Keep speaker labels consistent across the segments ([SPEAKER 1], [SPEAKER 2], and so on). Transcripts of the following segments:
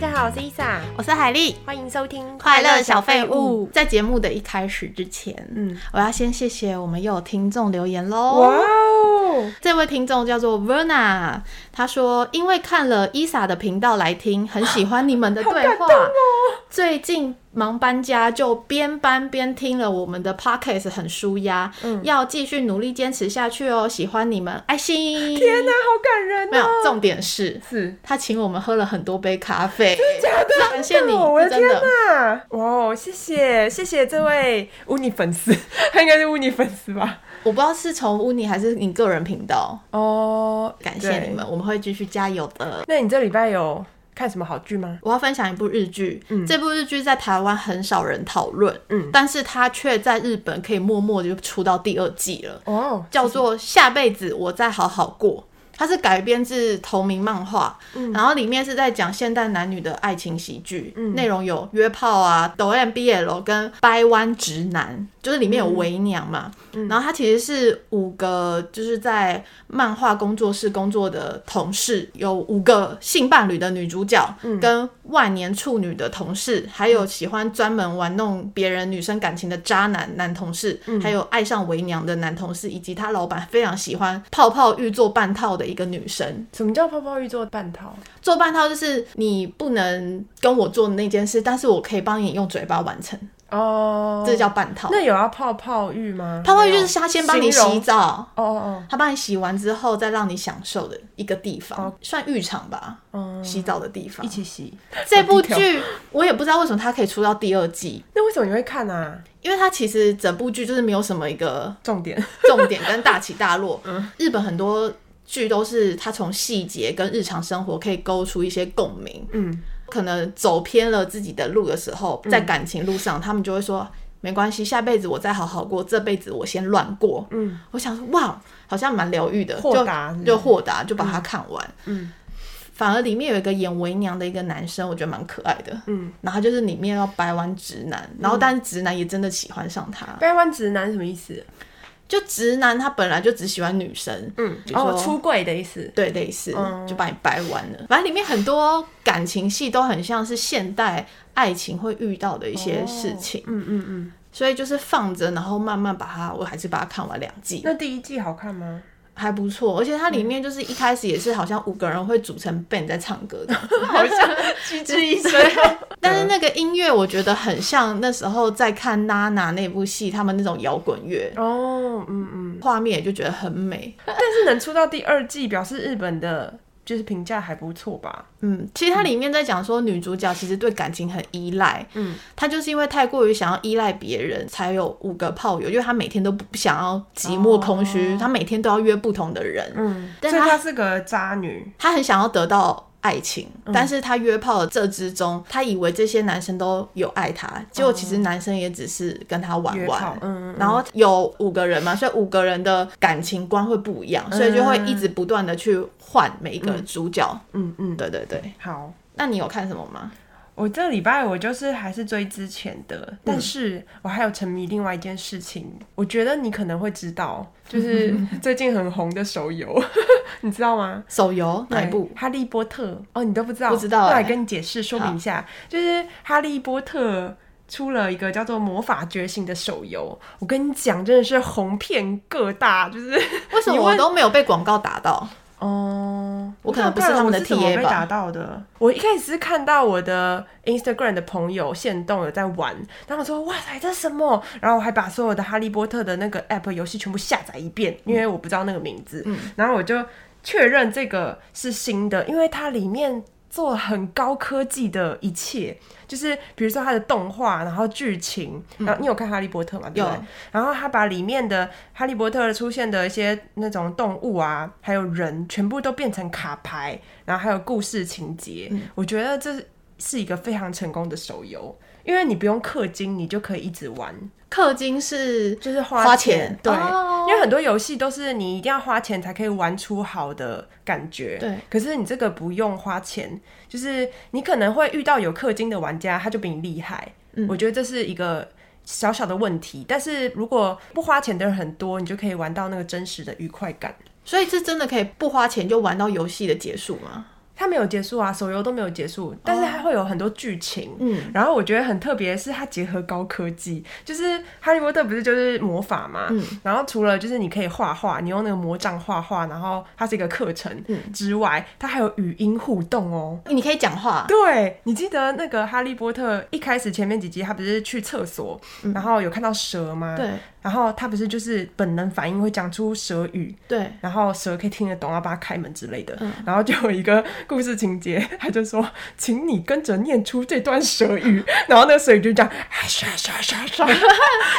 [SPEAKER 1] 家好，我是伊莎，
[SPEAKER 2] 我是海丽，
[SPEAKER 1] 欢迎收听
[SPEAKER 2] 快乐小废物。。在节目的一开始之前，
[SPEAKER 1] 嗯，
[SPEAKER 2] 我要先谢谢我们又有听众留言
[SPEAKER 1] 哇
[SPEAKER 2] 喽。
[SPEAKER 1] 哦，
[SPEAKER 2] 这位听众叫做 Verna，他说因为看了伊莎的频道来听，很喜欢你们的对话。
[SPEAKER 1] 哦
[SPEAKER 2] 最近忙搬家，就边搬边听了我们的 podcast，很舒压。
[SPEAKER 1] 嗯
[SPEAKER 2] 要继续努力坚持下去哦，喜欢你们，爱心。
[SPEAKER 1] 天哪，好感人
[SPEAKER 2] 没有
[SPEAKER 1] 哦！，
[SPEAKER 2] 重点是
[SPEAKER 1] 是
[SPEAKER 2] 他请我们喝了很多杯咖啡，
[SPEAKER 1] 假的，
[SPEAKER 2] 感谢你，
[SPEAKER 1] 我的
[SPEAKER 2] 是
[SPEAKER 1] 天
[SPEAKER 2] 真的。
[SPEAKER 1] 哪！哇哦，谢谢谢谢这位乌尼粉丝， 他应该是乌尼粉丝吧？
[SPEAKER 2] 我不知道是从乌尼还是你个人频道，
[SPEAKER 1] 哦，
[SPEAKER 2] 感谢
[SPEAKER 1] 对
[SPEAKER 2] 你。们，我们会继续加油的。
[SPEAKER 1] 那你这礼拜有看什么好剧吗？
[SPEAKER 2] 我要分享一部日剧，这部日剧在台湾很少人讨论，
[SPEAKER 1] 嗯
[SPEAKER 2] 但是它却在日本可以默默地就出到第二季了，
[SPEAKER 1] 哦，
[SPEAKER 2] 叫做《下辈子我再好好过》。它是改编自同名漫画，
[SPEAKER 1] 嗯
[SPEAKER 2] 然后里面是在讲现代男女的爱情喜剧，
[SPEAKER 1] 嗯
[SPEAKER 2] 内、容有约炮啊、抖 M BL 跟掰弯直男，就是里
[SPEAKER 1] 嗯
[SPEAKER 2] 面有伪娘嘛。然后它其实是五个就是在漫画工作室工作的同事，有五个性伴侣的女主角，
[SPEAKER 1] 嗯
[SPEAKER 2] 跟万年处女的同事，还有喜欢专门玩弄别人女生感情的渣男男同事，
[SPEAKER 1] 嗯
[SPEAKER 2] 还有爱上为娘的男同事，以及他老板非常喜欢泡泡浴做半套的一个女生。
[SPEAKER 1] 什么叫泡泡浴做半套？
[SPEAKER 2] 做半套就是你不能跟我做那件事，但是我可以帮你用嘴巴完成，
[SPEAKER 1] 哦，
[SPEAKER 2] 这叫半套。
[SPEAKER 1] 那有要泡泡浴吗？
[SPEAKER 2] 泡泡浴就是他先帮你
[SPEAKER 1] 形容
[SPEAKER 2] 洗澡，
[SPEAKER 1] 哦哦
[SPEAKER 2] 他帮你洗完之后再让你享受的一个地方，
[SPEAKER 1] 哦
[SPEAKER 2] 算浴场吧，
[SPEAKER 1] 哦，嗯，
[SPEAKER 2] 洗澡的地方
[SPEAKER 1] 一。起洗。
[SPEAKER 2] 这部
[SPEAKER 1] 好低
[SPEAKER 2] 剧我也不知道为什么它可以出到第二季，
[SPEAKER 1] 那为什么你会看啊？
[SPEAKER 2] 因为它其实整部剧就是没有什么一个
[SPEAKER 1] 重点
[SPEAKER 2] 重点跟大起大 落。
[SPEAKER 1] 嗯
[SPEAKER 2] 日本很多剧都是它从细节跟日常生活可以勾出一些共鸣，
[SPEAKER 1] 嗯，
[SPEAKER 2] 可能走偏了自己的路的时候，在感情路上，他们就会说。没关系，下辈子我再好好过，这辈子我先乱过。
[SPEAKER 1] 嗯，
[SPEAKER 2] 我想说，哇，好像蛮疗愈的，
[SPEAKER 1] 豁达
[SPEAKER 2] 就就豁达，就把它看完。
[SPEAKER 1] 嗯
[SPEAKER 2] 反而里面有一个演为娘的一个男生，我觉得蛮可爱的。
[SPEAKER 1] 嗯，
[SPEAKER 2] 然后他就是里面要掰弯直男，然后但是直男也真的喜欢上他。
[SPEAKER 1] 掰弯直男什么意思？
[SPEAKER 2] 就直男他本来就只喜欢女生，
[SPEAKER 1] 嗯
[SPEAKER 2] 比如说
[SPEAKER 1] 哦，出柜的意思。
[SPEAKER 2] 对，类似、
[SPEAKER 1] 嗯
[SPEAKER 2] 就把你掰弯了。反正里面很多感情戏都很像是现代爱情会遇到的一些事情，
[SPEAKER 1] 嗯嗯嗯。
[SPEAKER 2] 所以就是放着，然后慢慢把它，我还是把它看完两季，
[SPEAKER 1] 那嗯第一季好看吗？
[SPEAKER 2] 还不错。而且它里面就是一开始也是好像五个人会组成 band 在唱歌 的，
[SPEAKER 1] 好像机智 医生。
[SPEAKER 2] 但是那个音乐我觉得很像那时候在看娜娜那部戏，他们那种摇滚乐。
[SPEAKER 1] 哦，嗯嗯。
[SPEAKER 2] 画面也就觉得很美，
[SPEAKER 1] 但是能出到第二季，表示日本的就是评价还不错吧？
[SPEAKER 2] 嗯，其实它里面在讲说女主角其实对感情很依赖，
[SPEAKER 1] 嗯，
[SPEAKER 2] 她就是因为太过于想要依赖别人，才有五个炮友，因为她每天都不想要寂寞空
[SPEAKER 1] 哦
[SPEAKER 2] 虚，她每天都要约不同的人，
[SPEAKER 1] 嗯。所
[SPEAKER 2] 但
[SPEAKER 1] 以
[SPEAKER 2] 是
[SPEAKER 1] 她
[SPEAKER 2] 她
[SPEAKER 1] 是个渣女。
[SPEAKER 2] 她很想要得到。爱情，
[SPEAKER 1] 嗯
[SPEAKER 2] 但是她约炮的这之中，她以为这些男生都有爱她，结果其实男生也只是跟她玩
[SPEAKER 1] 哦约
[SPEAKER 2] 玩
[SPEAKER 1] 炮，，嗯，
[SPEAKER 2] 然后有五个人嘛，所以五个人的感情观会不一样，所以就会一直不断的去换每一个主角。
[SPEAKER 1] 嗯嗯，
[SPEAKER 2] 对对对，
[SPEAKER 1] 好。
[SPEAKER 2] 那你有看什么吗？
[SPEAKER 1] 我这礼拜我就是还是追之前的，但是我还有沉迷另外一件事情，我觉得你可能会知道，就是最近很红的手游， 你知道吗？
[SPEAKER 2] 手游哪一部？
[SPEAKER 1] 对？哈利波特哦，你都不知道？
[SPEAKER 2] 不知道
[SPEAKER 1] 那
[SPEAKER 2] 欸
[SPEAKER 1] 来跟你解释说明一下，就是哈利波特。出了一个叫做《魔法觉醒》的手游，我跟你讲，真的是红遍各大，就是，
[SPEAKER 2] 为什么我都没有被广告打到？
[SPEAKER 1] 哦，
[SPEAKER 2] 我可能不是他们的
[SPEAKER 1] 我怎么
[SPEAKER 2] TA
[SPEAKER 1] 被
[SPEAKER 2] 吧
[SPEAKER 1] 打到的。我一开始是看到我的 Instagram 的朋友现动有在玩，然后我说哇塞，这是什么？然后我还把所有的哈利波特的那个 App 游戏全部下载一遍，
[SPEAKER 2] 嗯
[SPEAKER 1] 因为我不知道那个名字，然后我就确认这个是新的，因为它里面。做了很高科技的一切，就是比如说它的动画，然后剧情，然后你有看《哈利波特》吗？对不对
[SPEAKER 2] 嗯有
[SPEAKER 1] 然后他把里面的哈利波特出现的一些那种动物啊，还有人，全部都变成卡牌，然后还有故事情节。我觉得这是一个非常成功的手游，因为你不用氪金，你就可以一直玩，
[SPEAKER 2] 氪金是
[SPEAKER 1] 就是花
[SPEAKER 2] 花
[SPEAKER 1] 钱
[SPEAKER 2] 钱
[SPEAKER 1] 对，
[SPEAKER 2] 哦
[SPEAKER 1] 因为很多游戏都是你一定要花钱才可以玩出好的感觉。
[SPEAKER 2] 对，
[SPEAKER 1] 可是你这个不用花钱，就是你可能会遇到有氪金的玩家，他就比你厉害。我觉得这是一个。小小的问题，但是如果不花钱的人很多，你就可以玩到那个真实的愉快感。
[SPEAKER 2] 所以是真的可以不花钱就玩到游戏的结束吗？
[SPEAKER 1] 它没有结束啊，手游都没有结束，但是它会有很多剧情。
[SPEAKER 2] 嗯，
[SPEAKER 1] 然后我觉得很特别，是它结合高科技，就是《哈利波特》不是就是魔法嘛，
[SPEAKER 2] 嗯
[SPEAKER 1] 然后除了就是你可以画画，你用那个魔杖画画，然后它是一个课程
[SPEAKER 2] 嗯
[SPEAKER 1] 之外，它还有语音互动哦。
[SPEAKER 2] 你可以讲话，
[SPEAKER 1] 对你记得那个《哈利波特》一开始前面几集，他不是去厕所，然后有看到蛇吗？，
[SPEAKER 2] 嗯对
[SPEAKER 1] 然后他不是就是本能反应会讲出蛇语，
[SPEAKER 2] 对，
[SPEAKER 1] 然后蛇可以听得懂，要帮他开门之类的。然后就有一个故事情节， 他就说：“请你跟着念出这段蛇语。” 然后那个蛇语就这样，啊刷刷刷 刷，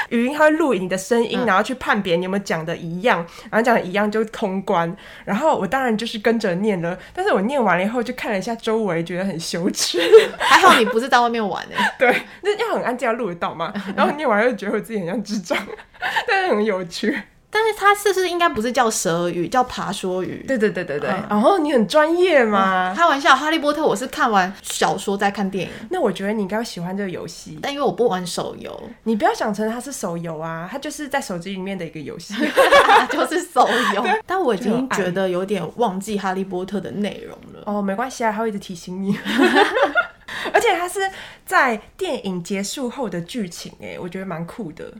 [SPEAKER 1] 语音它会录影你的声音，然后去判别你有没有讲的一样，然后讲的一样就通关。然后我当然就是跟着念了，但是我念完了以后就看了一下周围，觉得很羞耻。
[SPEAKER 2] 还好你不是在外面玩诶、
[SPEAKER 1] 对，那要很安静要录得到 嘛。然后念完又觉得我自己很像智障， 但是很有趣。
[SPEAKER 2] 但是它是不是应该不是叫蛇语，叫爬说语？
[SPEAKER 1] 对对对对对，
[SPEAKER 2] 嗯
[SPEAKER 1] 哦然后你很专业嘛。
[SPEAKER 2] 开玩笑，《哈利波特》我是看完小说再看电影，
[SPEAKER 1] 那我觉得你应该会喜欢这个游戏，
[SPEAKER 2] 但因为我不玩手游，
[SPEAKER 1] 你不要想成它是手游啊，它就是在手机里面的一个游戏。
[SPEAKER 2] 就是手游。但我已经
[SPEAKER 1] 就有爱
[SPEAKER 2] 觉得有点忘记《哈利波特》的内容了。
[SPEAKER 1] 哦，没关系啊，它会一直提醒你。而且它是在电影结束后的剧情、哎，我觉得蛮酷的。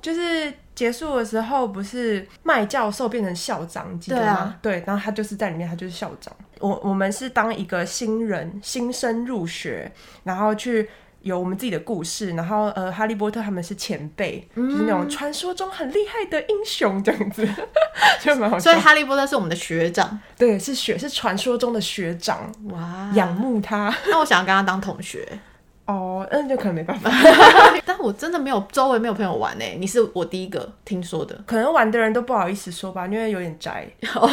[SPEAKER 1] 就是结束的时候，不是麦教授变成校长，你记得吗？
[SPEAKER 2] 对啊
[SPEAKER 1] 对，然后他就是在里面，他就是校长。我我们是当一个新人新生入学，然后去。有我们自己的故事，然后呃，哈利波特他们是前辈，
[SPEAKER 2] 嗯
[SPEAKER 1] 就是那种传说中很厉害的英雄这样子， 就蛮好
[SPEAKER 2] 所以
[SPEAKER 1] 笑。
[SPEAKER 2] 《哈利波特》是我们的学长，
[SPEAKER 1] 对，是学是传说中的学长，
[SPEAKER 2] 哇
[SPEAKER 1] 仰慕他。
[SPEAKER 2] 那我想要跟他当同学，
[SPEAKER 1] 哦，那就可能没办 法，
[SPEAKER 2] 但我真的没有周围没有朋友玩诶、你是我第一个听说的。
[SPEAKER 1] 可能玩的人都不好意思说吧，因为有点宅，
[SPEAKER 2] 哦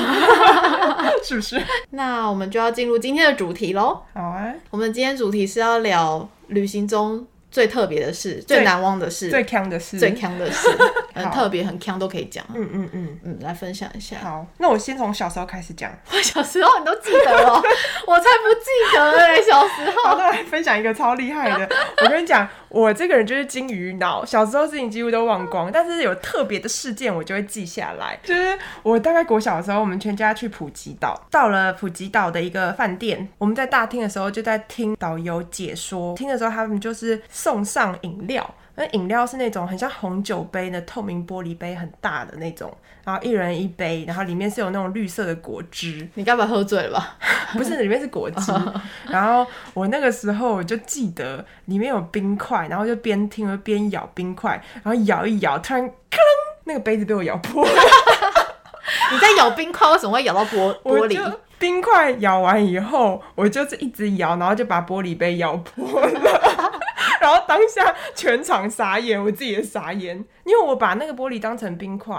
[SPEAKER 1] 是不是？
[SPEAKER 2] 那我们就要进入今天的主题喽。
[SPEAKER 1] 好啊，
[SPEAKER 2] 我们今天主题是要聊旅行中最特别的事、最难忘的事、
[SPEAKER 1] 最强的是
[SPEAKER 2] 最强的 事，很
[SPEAKER 1] 好
[SPEAKER 2] 特别、很强都可以讲。
[SPEAKER 1] 嗯嗯嗯，
[SPEAKER 2] 嗯，来分享一下。
[SPEAKER 1] 好，那我先从小时候开始讲，
[SPEAKER 2] 我小时候你都记 得了，我才不记得嘞！小时
[SPEAKER 1] 好，
[SPEAKER 2] 候，
[SPEAKER 1] 那来分享一个超厉害的。我跟你讲，我这个人就是金鱼脑，小时候事情几乎都忘光，但是有特别的事件我就会记下来。就是我大概国小的时候，我们全家去普吉岛，到了普吉岛的一个饭店，我们在大厅的时候就在听导游解说，听的时候他们就是送上饮料。那饮料是那种很像红酒杯的透明玻璃杯，很大的那种，然后一人一杯，然后里面是有那种绿色的果汁，
[SPEAKER 2] 你该不会喝醉了吧？
[SPEAKER 1] 不是，里面是果汁。
[SPEAKER 2] 哦
[SPEAKER 1] 然后我那个时候我就记得里面有冰块，然后就边听就边咬冰块，然后咬一咬，突然咔啷，那个杯子被我咬破，
[SPEAKER 2] 你在咬冰块，为什么会咬到玻
[SPEAKER 1] 我
[SPEAKER 2] 玻
[SPEAKER 1] 就
[SPEAKER 2] 璃？
[SPEAKER 1] 冰块咬完以后，我就是一直咬，然后就把玻璃杯咬破了。 然后当下全场傻眼，我自己也傻眼，因为我把那个玻璃当成冰 块，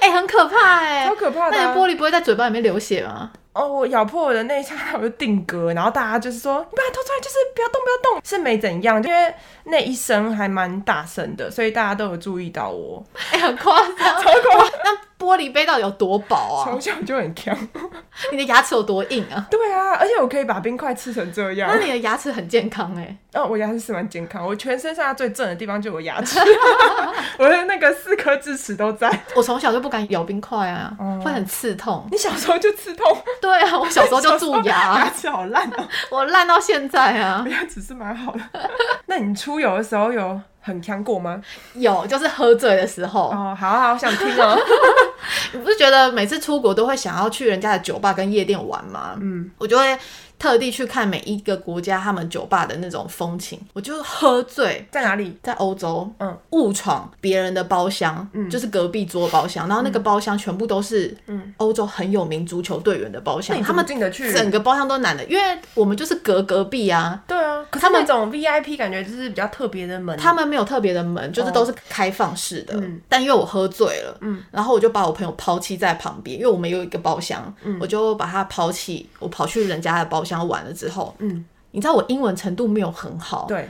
[SPEAKER 2] 哎、很可怕哎、
[SPEAKER 1] 超可怕的啊、
[SPEAKER 2] 那个玻璃不会在嘴巴里面流血吗？
[SPEAKER 1] 哦，我咬破我的那一下， 我就定格，然后大家就是说，你把它拖出来，就是不要动，不要动，是没怎样，因为那一声还蛮大声的，所以大家都有注意到我，
[SPEAKER 2] 哎、很夸张。
[SPEAKER 1] 超过
[SPEAKER 2] 那玻璃杯到底有多薄啊？
[SPEAKER 1] 从小就很强。
[SPEAKER 2] 你的牙齿有多硬啊？
[SPEAKER 1] 对啊，而且我可以把冰块吃成这样
[SPEAKER 2] 那。你的牙齿很健康哎、
[SPEAKER 1] 哦，我牙齿是蛮健康，我全身上下最正的地方就是我牙 齿，我的那个四颗智齿都在。
[SPEAKER 2] 我从小就不敢咬冰块啊，
[SPEAKER 1] 哦
[SPEAKER 2] 会很刺痛。
[SPEAKER 1] 你小时候就刺痛，
[SPEAKER 2] 对啊，我小时候就蛀牙啊
[SPEAKER 1] 牙，齿好烂哦，
[SPEAKER 2] 我烂到现在啊
[SPEAKER 1] 我。牙齿是蛮好的。 那你出游的时候有很强过吗？
[SPEAKER 2] 有，就是喝醉的时候，
[SPEAKER 1] 哦，好好想听哦。
[SPEAKER 2] 你不是觉得每次出国都会想要去人家的酒吧跟夜店玩吗？
[SPEAKER 1] 嗯，
[SPEAKER 2] 我就会特地去看每一个国家他们酒吧的那种风情，我就喝醉。
[SPEAKER 1] 在哪里？
[SPEAKER 2] 在欧洲，
[SPEAKER 1] 嗯，
[SPEAKER 2] 误闯别人的包厢，嗯，就是隔壁桌包厢，然后那个包厢全部都是，
[SPEAKER 1] 嗯，
[SPEAKER 2] 欧洲很有名足球队员的包
[SPEAKER 1] 那
[SPEAKER 2] 厢，
[SPEAKER 1] 你
[SPEAKER 2] 他
[SPEAKER 1] 怎么
[SPEAKER 2] 们
[SPEAKER 1] 进得去？
[SPEAKER 2] 整个包厢都男的，因为我们就是隔隔壁啊，
[SPEAKER 1] 对啊，可是
[SPEAKER 2] 他们
[SPEAKER 1] 那种 VIP 感觉就是比较特别的门，
[SPEAKER 2] 他们没有特别的门，就是
[SPEAKER 1] 哦
[SPEAKER 2] 都是开放式的。
[SPEAKER 1] 嗯
[SPEAKER 2] 但因为我喝醉了，
[SPEAKER 1] 嗯
[SPEAKER 2] 然后我就把我朋友抛弃在旁边，因为我们有一个包厢，
[SPEAKER 1] 嗯
[SPEAKER 2] 我就把他抛弃，我跑去人家的包厢玩了之后，
[SPEAKER 1] 嗯，
[SPEAKER 2] 你知道我英文程度没有很好，
[SPEAKER 1] 对，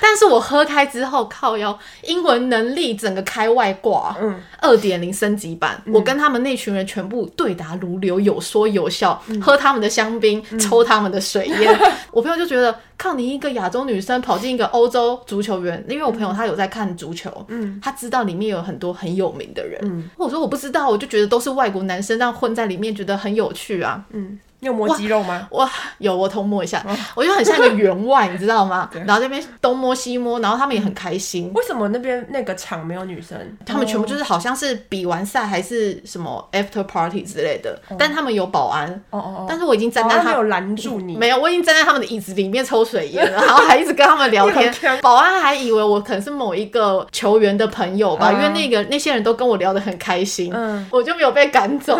[SPEAKER 2] 但是我喝开之后，靠腰英文能力整个开外挂，嗯，二点零升级版，我跟他们那群人全部对答如流，有说有笑，喝他们的香槟，抽他们的水 烟。我朋友就觉得，靠你一个亚洲女生跑进一个欧洲足球员，因为我朋友他有在看足球，嗯，他知道里面有很多很有名的人，嗯，我说我不知道，我就觉得都是外国男生，但混在里面觉得很有趣啊，
[SPEAKER 1] 嗯。你有摸肌肉吗？
[SPEAKER 2] 哇，有我偷摸一下，我就很像一个员外，你知道 吗？然后这边东摸西摸，然后他们也很开心。
[SPEAKER 1] 为什么那边那个场没有女生？
[SPEAKER 2] 他们全
[SPEAKER 1] 哦
[SPEAKER 2] 部就是好像是比完赛还是什么 after party 之类的，但他们有保安。
[SPEAKER 1] 哦哦哦，
[SPEAKER 2] 但是我已经站在
[SPEAKER 1] 他没
[SPEAKER 2] 他
[SPEAKER 1] 有拦住你，
[SPEAKER 2] 没有，我已经站在他们的椅子里面抽水烟 了，然后还一直跟他们聊
[SPEAKER 1] 你
[SPEAKER 2] 天
[SPEAKER 1] 很强。
[SPEAKER 2] 保安还以为我可能是某一个球员的朋友吧，
[SPEAKER 1] 啊
[SPEAKER 2] 因为那个那些人都跟我聊得很开心，
[SPEAKER 1] 嗯
[SPEAKER 2] 我就没有被 赶走。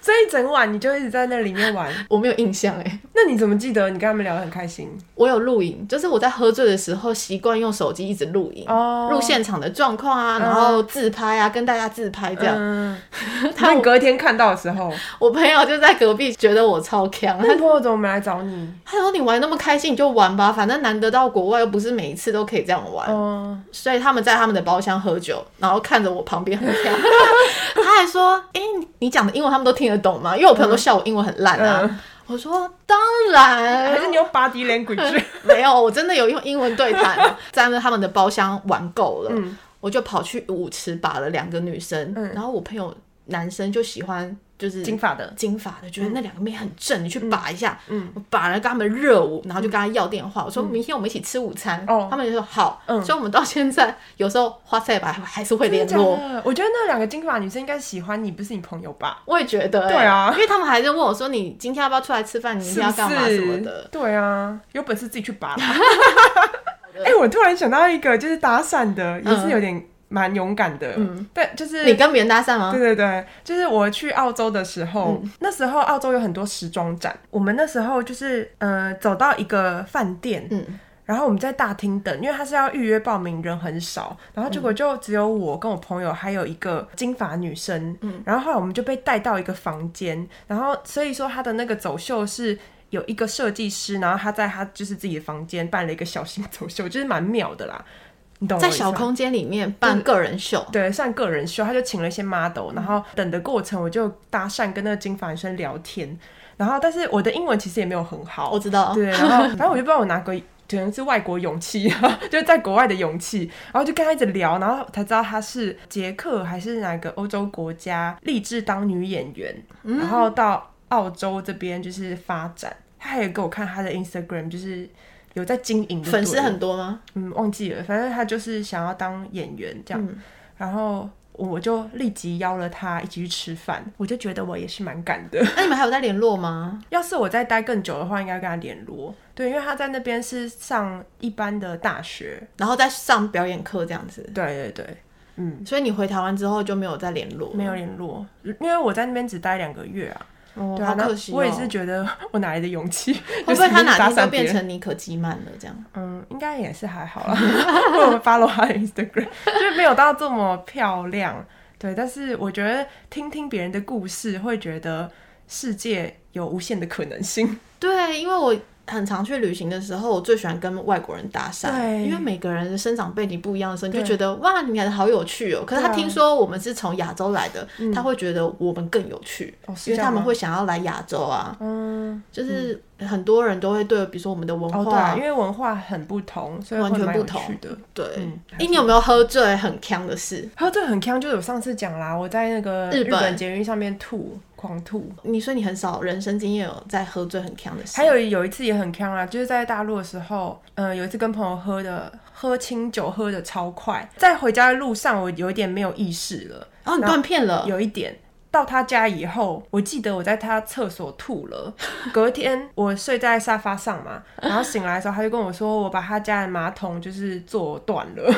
[SPEAKER 1] 所以整晚你就一直在那里面 玩。
[SPEAKER 2] 我没有印象哎、
[SPEAKER 1] 那你怎么记得你跟他们聊得很开心？
[SPEAKER 2] 我有录影，就是我在喝醉的时候习惯用手机一直录影，
[SPEAKER 1] 哦
[SPEAKER 2] 录现场的状况啊，然后自拍啊，跟大家自拍这样。
[SPEAKER 1] 嗯，那你隔天看到的时候，
[SPEAKER 2] 我朋友就在隔壁觉得我超强，
[SPEAKER 1] 那你朋友怎么没来找你？
[SPEAKER 2] 他说你玩那么开心你就玩吧，反正难得到国外又不是每一次都可以这样玩，
[SPEAKER 1] 哦，
[SPEAKER 2] 所以他们在他们的包厢喝酒，然后看着我旁边很强，他还说，哎、你讲的英文他们都听得懂吗？因为我朋友都笑我英文很烂啊。
[SPEAKER 1] 嗯
[SPEAKER 2] 我说当然，
[SPEAKER 1] 还是你用 body language？
[SPEAKER 2] 没有，我真的有用英文对谈，啊站在他们的包厢玩够了，我就跑去舞池把了两个女生，然后我朋友男生就喜欢就是
[SPEAKER 1] 金发的，
[SPEAKER 2] 金发的，
[SPEAKER 1] 嗯
[SPEAKER 2] 觉得那两个妹很正，你去把一下，我把了跟他们热舞，然后就跟他要电话，我说明天我们一起吃午餐，
[SPEAKER 1] 嗯哦
[SPEAKER 2] 他们就说好，所以我们到现在有时候花菜吧还是会联
[SPEAKER 1] 真的
[SPEAKER 2] 络。
[SPEAKER 1] 假的？我觉得那两个金发女生应该喜欢你，不是你朋友吧？
[SPEAKER 2] 我也觉得、欸，
[SPEAKER 1] 对啊
[SPEAKER 2] 因为他们还在问我说：“你今天要不要出来吃饭？你明
[SPEAKER 1] 是
[SPEAKER 2] 天要
[SPEAKER 1] 不
[SPEAKER 2] 干嘛什么
[SPEAKER 1] 是
[SPEAKER 2] 的？”？
[SPEAKER 1] 对啊，有本事自己去拔吧。 哎，我突然想到一个，就是打伞的，也是有点蛮勇敢的。嗯，但就是
[SPEAKER 2] 你跟别人搭讪吗
[SPEAKER 1] 对？对对，就是我去澳洲的时候，
[SPEAKER 2] 嗯
[SPEAKER 1] 那时候澳洲有很多时装展，我们那时候就是呃走到一个饭店，
[SPEAKER 2] 嗯
[SPEAKER 1] 然后我们在大厅等，因为他是要预约报名，人很少，然后结
[SPEAKER 2] 嗯
[SPEAKER 1] 果就只有我跟我朋友还有一个金发女生，
[SPEAKER 2] 嗯
[SPEAKER 1] 然后后来我们就被带到一个房间，然后所以说他的那个走秀是。有一个设计师，然后他在他就是自己的房间办了一个小型走秀，就是蛮妙的啦，你懂我
[SPEAKER 2] 在
[SPEAKER 1] 意思
[SPEAKER 2] 小
[SPEAKER 1] 吗
[SPEAKER 2] 空间里面办个人秀，
[SPEAKER 1] 对，算个人秀，他就请了一些
[SPEAKER 2] 嗯
[SPEAKER 1] model，然后等的过程我就搭讪跟那个金发女生聊天，然后但是我的英文其实也没有很好，
[SPEAKER 2] 我知道。
[SPEAKER 1] 对，然后反正我就不知道我哪个可能是外国勇气， 就是在国外的勇气，然后就跟他一直聊，然后才知道他是捷克还是哪个欧洲国家立志当女演员，
[SPEAKER 2] 嗯
[SPEAKER 1] 然后到澳洲这边就是发展。他还有给我看他的 Instagram，就是有在经营就
[SPEAKER 2] 粉
[SPEAKER 1] 对
[SPEAKER 2] 丝
[SPEAKER 1] 了
[SPEAKER 2] 很多吗？
[SPEAKER 1] 嗯，忘记了，反正他就是想要当演员这样，
[SPEAKER 2] 嗯
[SPEAKER 1] 然后我就立即邀了他一起去吃饭，我就觉得我也是蛮敢的。
[SPEAKER 2] 那你们还有在联络吗？
[SPEAKER 1] 要是我再待更久的话，应该跟他联络。对，因为他在那边是上一般的大学。
[SPEAKER 2] 然后再上表演课这样子，
[SPEAKER 1] 对对对，嗯，
[SPEAKER 2] 所以你回台湾之后就没有再联络，
[SPEAKER 1] 没有联络，因为我在那边只待两个月啊。
[SPEAKER 2] 哦，
[SPEAKER 1] 对啊，
[SPEAKER 2] 好
[SPEAKER 1] 那
[SPEAKER 2] 可惜、哦。
[SPEAKER 1] 我也是，觉得我哪来的勇气？
[SPEAKER 2] 会不会他哪
[SPEAKER 1] 打
[SPEAKER 2] 天就
[SPEAKER 1] 散别
[SPEAKER 2] 变
[SPEAKER 1] 人？
[SPEAKER 2] 成尼可基曼了这样？
[SPEAKER 1] 嗯，应该也是还好啦。因为我们 follow 他的 Instagram，就是没有到这么漂亮。对，但是我觉得听听别人的故事，会觉得世界有无限的可能性。
[SPEAKER 2] 对，因为我。很常去旅行的时候，我最喜欢跟外国人搭讪，
[SPEAKER 1] 对
[SPEAKER 2] 因为每个人的生长背景不一样的时候，你就
[SPEAKER 1] 对
[SPEAKER 2] 觉得哇，你们好有趣哦。可是他
[SPEAKER 1] 对啊
[SPEAKER 2] 听说我们是从亚洲来的，他会觉得我们更有趣，
[SPEAKER 1] 哦是
[SPEAKER 2] 因为
[SPEAKER 1] 这
[SPEAKER 2] 他
[SPEAKER 1] 样
[SPEAKER 2] 们
[SPEAKER 1] 吗
[SPEAKER 2] 会想要来亚洲啊。
[SPEAKER 1] 嗯，
[SPEAKER 2] 就是很多人都会对，比如说我们的文
[SPEAKER 1] 哦对
[SPEAKER 2] 化
[SPEAKER 1] 啊，因为文化很不同，所以
[SPEAKER 2] 完
[SPEAKER 1] 会
[SPEAKER 2] 全
[SPEAKER 1] 蛮
[SPEAKER 2] 不
[SPEAKER 1] 有
[SPEAKER 2] 同
[SPEAKER 1] 趣的。
[SPEAKER 2] 对，哎、
[SPEAKER 1] 嗯
[SPEAKER 2] 你有没有喝醉很呛的事？
[SPEAKER 1] 还有这个很坑，就是我上次讲啦，我在那个
[SPEAKER 2] 日
[SPEAKER 1] 日
[SPEAKER 2] 本
[SPEAKER 1] 本捷运上面吐，狂吐。
[SPEAKER 2] 你说你很少人生经验有在喝醉很呛的事，
[SPEAKER 1] 还有有一次也很坑啊，就是在大陆的时候，嗯、有一次跟朋友喝的喝清酒，喝的超快，在回家的路上我有一点没有意识了。
[SPEAKER 2] 哦，你断片了，
[SPEAKER 1] 有一点。到他家以后，我记得我在他厕所吐了。隔天我睡在沙发上嘛，然后醒来的时候，他就跟我说，我把他家的马桶就是坐断了，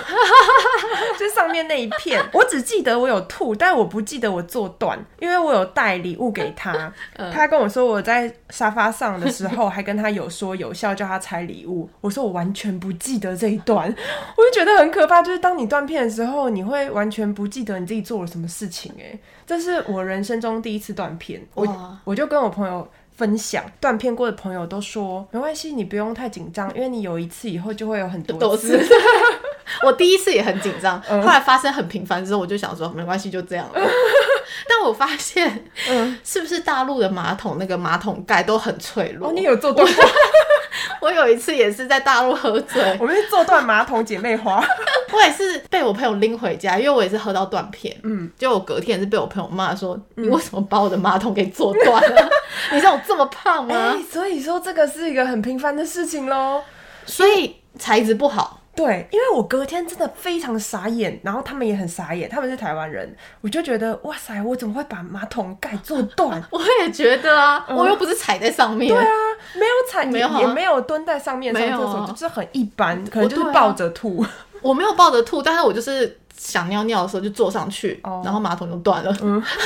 [SPEAKER 1] 就上面那一片。我只记得我有吐，但我不记得我坐断，因为我有带礼物给他。他跟我说我在沙发上的时候，还跟他有说有笑，叫他拆礼物。我说我完全不记得这一段，我就觉得很可怕，就是当你断片的时候，你会完全不记得你自己做了什么事情、欸。哎，这是我人生中第一次断片，我
[SPEAKER 2] 哇
[SPEAKER 1] 我就跟我朋友。分享，断片过的朋友都说没关系，你不用太紧张，因为你有一次以后就会有很多
[SPEAKER 2] 都
[SPEAKER 1] 次。嗯
[SPEAKER 2] 是。 我第一次也很紧张，后来发生很频繁之后，我就想说没关系，就这样 了。但我发现，
[SPEAKER 1] 嗯
[SPEAKER 2] 是不是大陆的马桶那个马桶盖都很脆弱？
[SPEAKER 1] 哦，你有做断过？
[SPEAKER 2] 我有一次也是在大陆喝 醉，
[SPEAKER 1] 我们是做断马桶姐妹花。
[SPEAKER 2] 我也是被我朋友拎回家，因为我也是喝到断片。嗯，就我隔天是被我朋友骂说：“你
[SPEAKER 1] 嗯
[SPEAKER 2] 为什么把我的马桶给坐断 了？你像我这么胖
[SPEAKER 1] 哎、
[SPEAKER 2] 吗
[SPEAKER 1] 所以说这个是一个很平凡的事情喽。？”
[SPEAKER 2] 所以材质不好，
[SPEAKER 1] 对，因为我隔天真的非常傻眼，然后他们也很傻眼，他们是台湾人，我就觉得哇塞，我怎么会把马桶盖做 断？
[SPEAKER 2] 我也觉得啊，我又不是踩在上
[SPEAKER 1] 嗯
[SPEAKER 2] 面。
[SPEAKER 1] 对啊，没有踩，
[SPEAKER 2] 没有啊
[SPEAKER 1] 也没有蹲在上面上
[SPEAKER 2] 没有
[SPEAKER 1] 厕
[SPEAKER 2] 啊
[SPEAKER 1] 所，就是很一般，可能就是
[SPEAKER 2] 对啊
[SPEAKER 1] 抱着吐。
[SPEAKER 2] 我没有抱着吐，但是我就是想尿尿的时候就坐上去，
[SPEAKER 1] 哦
[SPEAKER 2] 然后马桶就断了。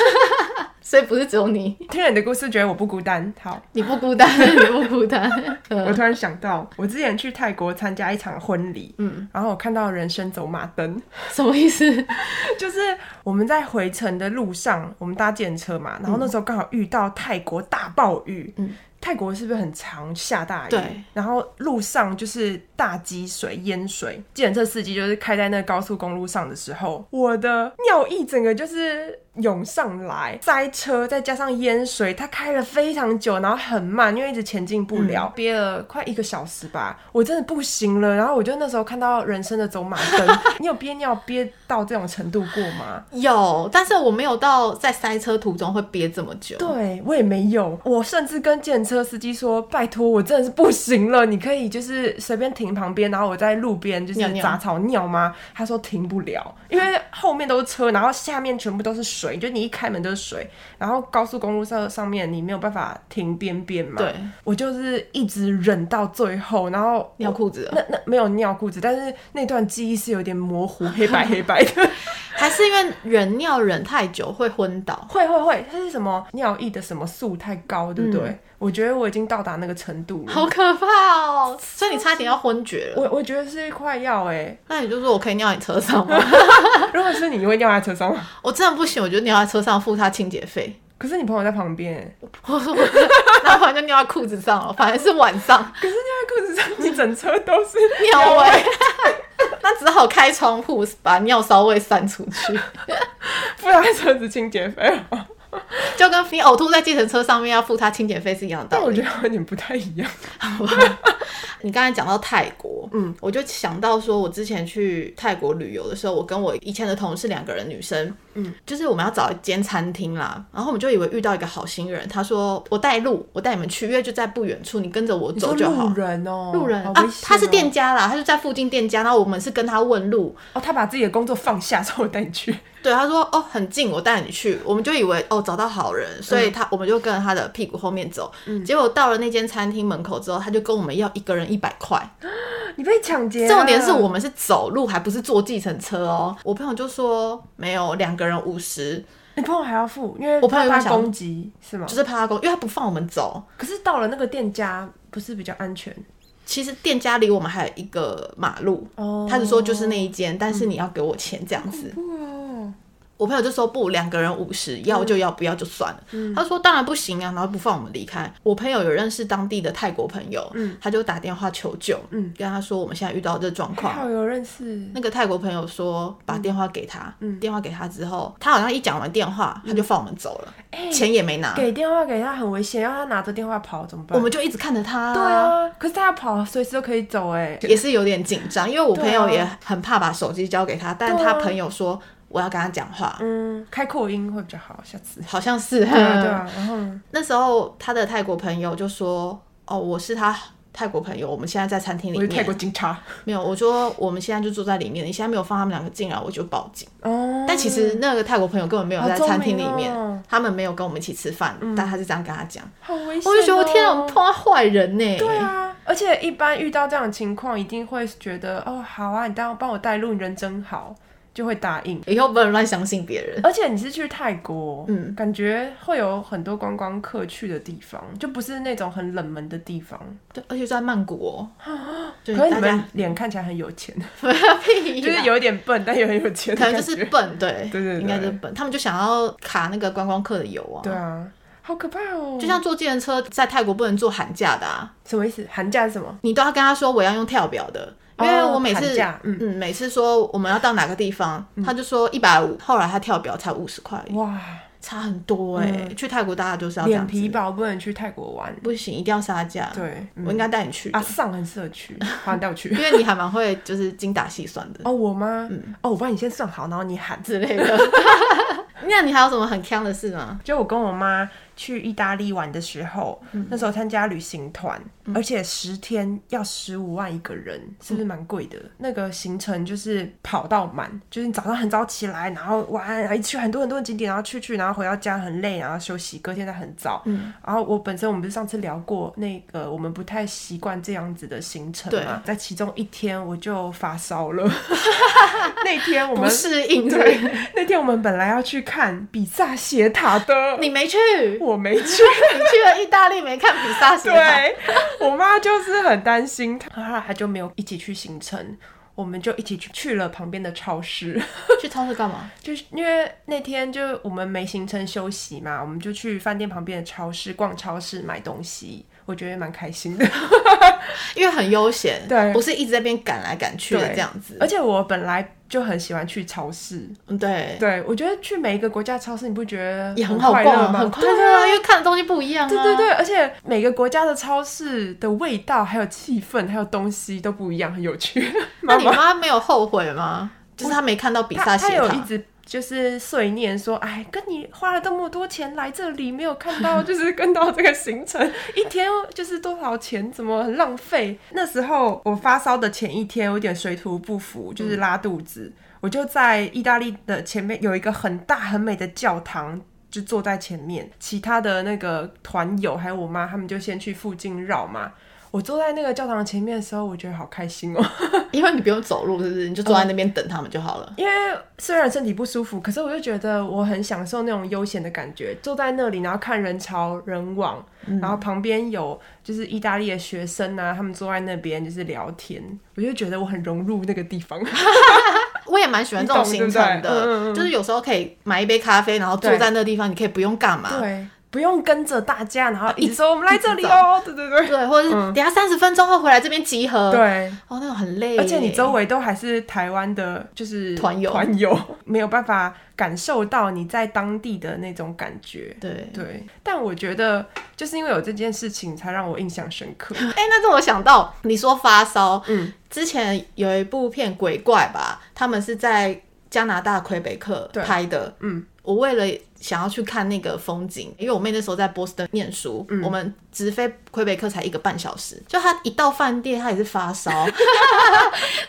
[SPEAKER 2] 所以不是只有你，
[SPEAKER 1] 听了你的故事，觉得我不孤单。好，
[SPEAKER 2] 你不孤 单，你不孤单。
[SPEAKER 1] 我
[SPEAKER 2] 嗯
[SPEAKER 1] 突然想到，我之前去泰国参加一场婚礼，
[SPEAKER 2] 嗯，
[SPEAKER 1] 然后我看到人生走马灯，
[SPEAKER 2] 什么意思？
[SPEAKER 1] 就是我们在回程的路上，我们搭电车嘛，然后那时候刚好遇到泰国大暴雨，
[SPEAKER 2] 嗯
[SPEAKER 1] 泰国是不是很常下大雨？
[SPEAKER 2] 对，
[SPEAKER 1] 然后路上就是大积水、淹水，计程车司机就是开在那个高速公路上的时候，我的尿意整个就是。涌上来，塞车，再加上淹水，他开了非常久，然后很慢，因为一直前进不了，憋了快一个小时吧，我真的不行了。然后我就那时候看到人生的走马灯， 你有憋尿憋到这种程度过吗？
[SPEAKER 2] 有，但是我没有到在塞车途中会憋这么久。
[SPEAKER 1] 对我也没有，我甚至跟电车司机说：“拜托，我真的是不行了，你可以就是随便停旁边，然后我在路边就是
[SPEAKER 2] 尿尿
[SPEAKER 1] 杂草尿吗？”他说停不了，因为后面都是车，然后下面全部都是水，就你一开门都是水，然后高速公路上上面你没有办法停边边嘛。
[SPEAKER 2] 对，
[SPEAKER 1] 我就是一直忍到最后，然后
[SPEAKER 2] 尿裤子了
[SPEAKER 1] 那那没有尿裤子，但是那段记忆是有点模糊，黑 白黑白的。
[SPEAKER 2] 还是因为人尿忍太久会昏倒。
[SPEAKER 1] 会会会，它是什么尿液的什么素太高，对不对？我觉得我已经到达那个程度了，
[SPEAKER 2] 好可怕哦！所以你差点要昏厥了。
[SPEAKER 1] 我我觉得是快要哎、
[SPEAKER 2] 那你就说我可以尿你车上 吗？
[SPEAKER 1] 如果是你，你会尿在车上吗？
[SPEAKER 2] 我真的不行，我就尿在车上付他清洁费。
[SPEAKER 1] 可是你朋友在旁边、欸，
[SPEAKER 2] 我 说我真的，然后反正就尿在裤子上了，反正是晚上
[SPEAKER 1] 可是尿在裤子上，你整车都是
[SPEAKER 2] 尿味， 那只好开窗户把尿骚味散出 去，
[SPEAKER 1] 付他车子清洁费哦。
[SPEAKER 2] 就跟你呕吐在计程车上面要付他清洁费是一样的
[SPEAKER 1] 但
[SPEAKER 2] 道
[SPEAKER 1] 我
[SPEAKER 2] 理。
[SPEAKER 1] 觉得有点不太一样。
[SPEAKER 2] 你刚才讲到泰国，
[SPEAKER 1] 嗯
[SPEAKER 2] 嗯，我就想到说，我之前去泰国旅游的时候，我跟我以前的同事两个人，女生，
[SPEAKER 1] 嗯
[SPEAKER 2] 嗯，就是我们要找一间餐厅啦，然后我们就以为遇到一个好心人，他说我带路，我带你们去，因为就在不远处，你跟着我
[SPEAKER 1] 你说
[SPEAKER 2] 走就好
[SPEAKER 1] 路。人哦、
[SPEAKER 2] 路人、
[SPEAKER 1] 好危
[SPEAKER 2] 啊
[SPEAKER 1] 险哦，
[SPEAKER 2] 他是店家啦，他就在附近店家，然后我们是跟他问路，
[SPEAKER 1] 哦，他把自己的工作放下，之后带你去。
[SPEAKER 2] 对，他说哦很近，我带你去，我们就以为哦找到好人，所以他、我们就跟着他的屁股后面走，结果到了那间餐厅门口之后，他就跟我们要一个人一百块，
[SPEAKER 1] 你被抢劫、
[SPEAKER 2] 重点是我，们是走路还不是坐计程车哦，我朋友就说没有两个人五十，
[SPEAKER 1] 你朋友还要付，因为
[SPEAKER 2] 我朋
[SPEAKER 1] 怕
[SPEAKER 2] 友有
[SPEAKER 1] 他
[SPEAKER 2] 想
[SPEAKER 1] 攻击是吗
[SPEAKER 2] 就？是怕他公，因为他不放我们走，
[SPEAKER 1] 可是到了那个店家，不是比较安全？
[SPEAKER 2] 其实店家离我们还有一个马路，
[SPEAKER 1] 哦
[SPEAKER 2] 他只说就是那一间，但是你要给我钱这样子。
[SPEAKER 1] 哦，
[SPEAKER 2] 我朋友就说不，两个人五十，
[SPEAKER 1] 嗯
[SPEAKER 2] 要就要，不要就算了。他说当然不行啊，然后不放我们离开。我朋友有认识当地的泰国朋友，他就打电话求救，
[SPEAKER 1] 嗯
[SPEAKER 2] 跟他说我们现在遇到这状
[SPEAKER 1] 还
[SPEAKER 2] 况。
[SPEAKER 1] 好有认识。
[SPEAKER 2] 那个泰国朋友说把电话给他，
[SPEAKER 1] 嗯
[SPEAKER 2] 电话给他之后，他好像一讲完电话，他就放我们走了，
[SPEAKER 1] 哎
[SPEAKER 2] 钱也没拿。
[SPEAKER 1] 给电话给他很危险，让他拿着电话跑怎么办？
[SPEAKER 2] 啊我们就一直看着他，
[SPEAKER 1] 对，啊，可是他要跑，随时都可以走哎、
[SPEAKER 2] 也是有点紧张，因为我朋友
[SPEAKER 1] 对
[SPEAKER 2] 也
[SPEAKER 1] 啊
[SPEAKER 2] 很怕把手机交给他，但
[SPEAKER 1] 对啊
[SPEAKER 2] 他朋友说我要跟他讲话，
[SPEAKER 1] 嗯，开扩音会比较好，下 次。
[SPEAKER 2] 好像是，
[SPEAKER 1] 对啊，对啊，然后呢
[SPEAKER 2] 那时候他的泰国朋友就说：“哦，我是他泰国朋友，我们现在在餐厅里
[SPEAKER 1] 我是泰国
[SPEAKER 2] 面。
[SPEAKER 1] 警察。”
[SPEAKER 2] 没有，我说我们现在就坐在里面，你现在没有放他们两个进来，我就报警。
[SPEAKER 1] 哦，
[SPEAKER 2] 但其实那个泰国朋友根本没有
[SPEAKER 1] 好
[SPEAKER 2] 在
[SPEAKER 1] 聪
[SPEAKER 2] 餐厅里
[SPEAKER 1] 明
[SPEAKER 2] 面，
[SPEAKER 1] 哦嗯
[SPEAKER 2] 他们没有跟我们一起吃饭，但他是这样跟他讲，
[SPEAKER 1] 好危险、哦
[SPEAKER 2] 我就觉得我天啊，我们碰。到坏人呢、
[SPEAKER 1] 对啊，而且一般遇到这样的情况，一定会觉得哦，好啊，你当帮我带路，你人真好，就会答应。
[SPEAKER 2] 以后不能乱相信别人。
[SPEAKER 1] 而且你是去泰国，
[SPEAKER 2] 嗯
[SPEAKER 1] 感觉会有很多观光客去的地方，就不是那种很冷门的地方。
[SPEAKER 2] 对，而且在曼谷 哦，就是
[SPEAKER 1] 可是你
[SPEAKER 2] 大
[SPEAKER 1] 们
[SPEAKER 2] 家
[SPEAKER 1] 脸看起来很有 钱，
[SPEAKER 2] 不要屁啦，
[SPEAKER 1] 就是有一点笨，但也很有钱的
[SPEAKER 2] 可能
[SPEAKER 1] 感觉。
[SPEAKER 2] 就是笨，对，
[SPEAKER 1] 对对对
[SPEAKER 2] 应该就是笨，他们就想要卡那个观光客的油啊。
[SPEAKER 1] 对啊，好可怕哦！
[SPEAKER 2] 就像坐计程车在泰国不能坐喊价的啊，
[SPEAKER 1] 什么意思？寒假是什么？
[SPEAKER 2] 你都要跟他说我要用跳表的，因为
[SPEAKER 1] 哦
[SPEAKER 2] 我每
[SPEAKER 1] 喊
[SPEAKER 2] 次、
[SPEAKER 1] 价嗯
[SPEAKER 2] 嗯每次说我们要到哪个地方，他就说一百五，后来他跳表才五十块，
[SPEAKER 1] 哇，
[SPEAKER 2] 差很多哎、去泰国大家就是要
[SPEAKER 1] 嗯
[SPEAKER 2] 这
[SPEAKER 1] 脸
[SPEAKER 2] 样子，
[SPEAKER 1] 皮薄不能去泰国玩。
[SPEAKER 2] 不行，一定要杀价。
[SPEAKER 1] 对，嗯
[SPEAKER 2] 我应该带你去的
[SPEAKER 1] 啊，上很适合去，好，你带我去
[SPEAKER 2] 因。为你还蛮会就是精打细算的
[SPEAKER 1] 哦，我吗？
[SPEAKER 2] 嗯
[SPEAKER 1] 哦，我帮你先算好，然后你喊。
[SPEAKER 2] 之类的。 那你还有什么很坑的事吗？
[SPEAKER 1] 就我跟我妈去意大利玩的时候，
[SPEAKER 2] 嗯
[SPEAKER 1] 那时候参加旅行团，而且十天要十五万一个人，是不是蛮贵
[SPEAKER 2] 嗯
[SPEAKER 1] 的？那个行程就是跑到满，就是你早上很早起来，然后晚安，然后一去很多很多的景点，然后去去，然后回到家很累，然后休息，隔天再很早。
[SPEAKER 2] 嗯
[SPEAKER 1] 然后我本身我们不是上次聊过那个我们不太习惯这样子的行程嘛，在其中一天我就发烧 了，那天我
[SPEAKER 2] 不
[SPEAKER 1] 们。
[SPEAKER 2] 适应是不
[SPEAKER 1] 对
[SPEAKER 2] 是，，
[SPEAKER 1] 那天我们本来要去看比萨斜塔的，
[SPEAKER 2] 你没去，你
[SPEAKER 1] 我没 去。
[SPEAKER 2] 去了意大利没看比萨斜塔，
[SPEAKER 1] 对，我妈就是很担心，她后来她就没有一起去行程，我们就一起去去了旁边的超市，
[SPEAKER 2] 去超市干嘛？
[SPEAKER 1] 就是因为那天就我们没行程休息嘛，我们就去饭店旁边的超市逛超市买东西。我觉得蛮开心的，
[SPEAKER 2] 因为很悠闲，
[SPEAKER 1] 对
[SPEAKER 2] 不是一直在那边赶来赶去的
[SPEAKER 1] 对
[SPEAKER 2] 这样子
[SPEAKER 1] 而。且我本来就很喜欢去超市。
[SPEAKER 2] 嗯，对，
[SPEAKER 1] 对，我觉得去每一个国家超市，你不觉得
[SPEAKER 2] 也很好
[SPEAKER 1] 快
[SPEAKER 2] 逛
[SPEAKER 1] 乐
[SPEAKER 2] 啊，
[SPEAKER 1] 吗？
[SPEAKER 2] 很快乐
[SPEAKER 1] 对啊
[SPEAKER 2] 啊，因为看的东西不一样啊。
[SPEAKER 1] 对对对，而且每个国家的超市的味道、还有气氛、还有东西都不一样，很有趣。
[SPEAKER 2] 那
[SPEAKER 1] 妈
[SPEAKER 2] 你
[SPEAKER 1] 妈
[SPEAKER 2] 妈没有后悔吗？就是她没看到比萨
[SPEAKER 1] 她
[SPEAKER 2] 斜
[SPEAKER 1] 她有一
[SPEAKER 2] 塔，
[SPEAKER 1] 直就是碎念说：“哎，跟你花了这么多钱来这里，没有看 到就是跟到这个行程，一天就是多少钱，怎么很浪费？”那时候我发烧的前一天，我有点水土不服，
[SPEAKER 2] 嗯
[SPEAKER 1] 就是拉肚子。我就在意大利的前面有一个很大很美的教堂，就坐在前面，其他的那个团友还有我妈，他们就先去附近绕嘛。我坐在那个教堂前面的时候，我觉得好开心哦，
[SPEAKER 2] 因为你不用走路，是不是？你
[SPEAKER 1] 嗯
[SPEAKER 2] 就坐在那边等他们就好了。
[SPEAKER 1] 因为虽然身体不舒服，可是我就觉得我很享受那种悠闲的感觉，坐在那里，然后看人潮人往，然后旁边有就是意大利的学生啊，他们坐在那边就是聊天，我就觉得我很融入那个地方。
[SPEAKER 2] 我也蛮喜欢这种
[SPEAKER 1] 你懂
[SPEAKER 2] 行程
[SPEAKER 1] 对不对嗯嗯
[SPEAKER 2] 的，就是有时候可以买一杯咖啡，然后坐
[SPEAKER 1] 对
[SPEAKER 2] 在那个地方，你可以不用干嘛。
[SPEAKER 1] 对， 不用跟着大家，然后一直说我们来这里哦，对对对
[SPEAKER 2] 对，或者是等一下三十分钟后回来这边集合。，
[SPEAKER 1] 嗯对，
[SPEAKER 2] 哦，那种很累耶。
[SPEAKER 1] 而且你周围都还是台湾的，就是
[SPEAKER 2] 团友
[SPEAKER 1] 团友没有办法感受到你在当地的那种感觉。
[SPEAKER 2] 对，
[SPEAKER 1] 对，但我觉得就是因为有这件事情，才让我印象深 刻。
[SPEAKER 2] 哎、那让我想到你说发烧，
[SPEAKER 1] 嗯，
[SPEAKER 2] 之前有一部片《鬼怪》吧，他们是在加拿大魁北克
[SPEAKER 1] 对
[SPEAKER 2] 拍的，
[SPEAKER 1] 嗯，
[SPEAKER 2] 我为了想要去看那个风景，因为我妹那时候在波士顿念书，
[SPEAKER 1] 嗯
[SPEAKER 2] 我们直飞魁北克才一个半小时，就她一到饭店，她也是发烧， 然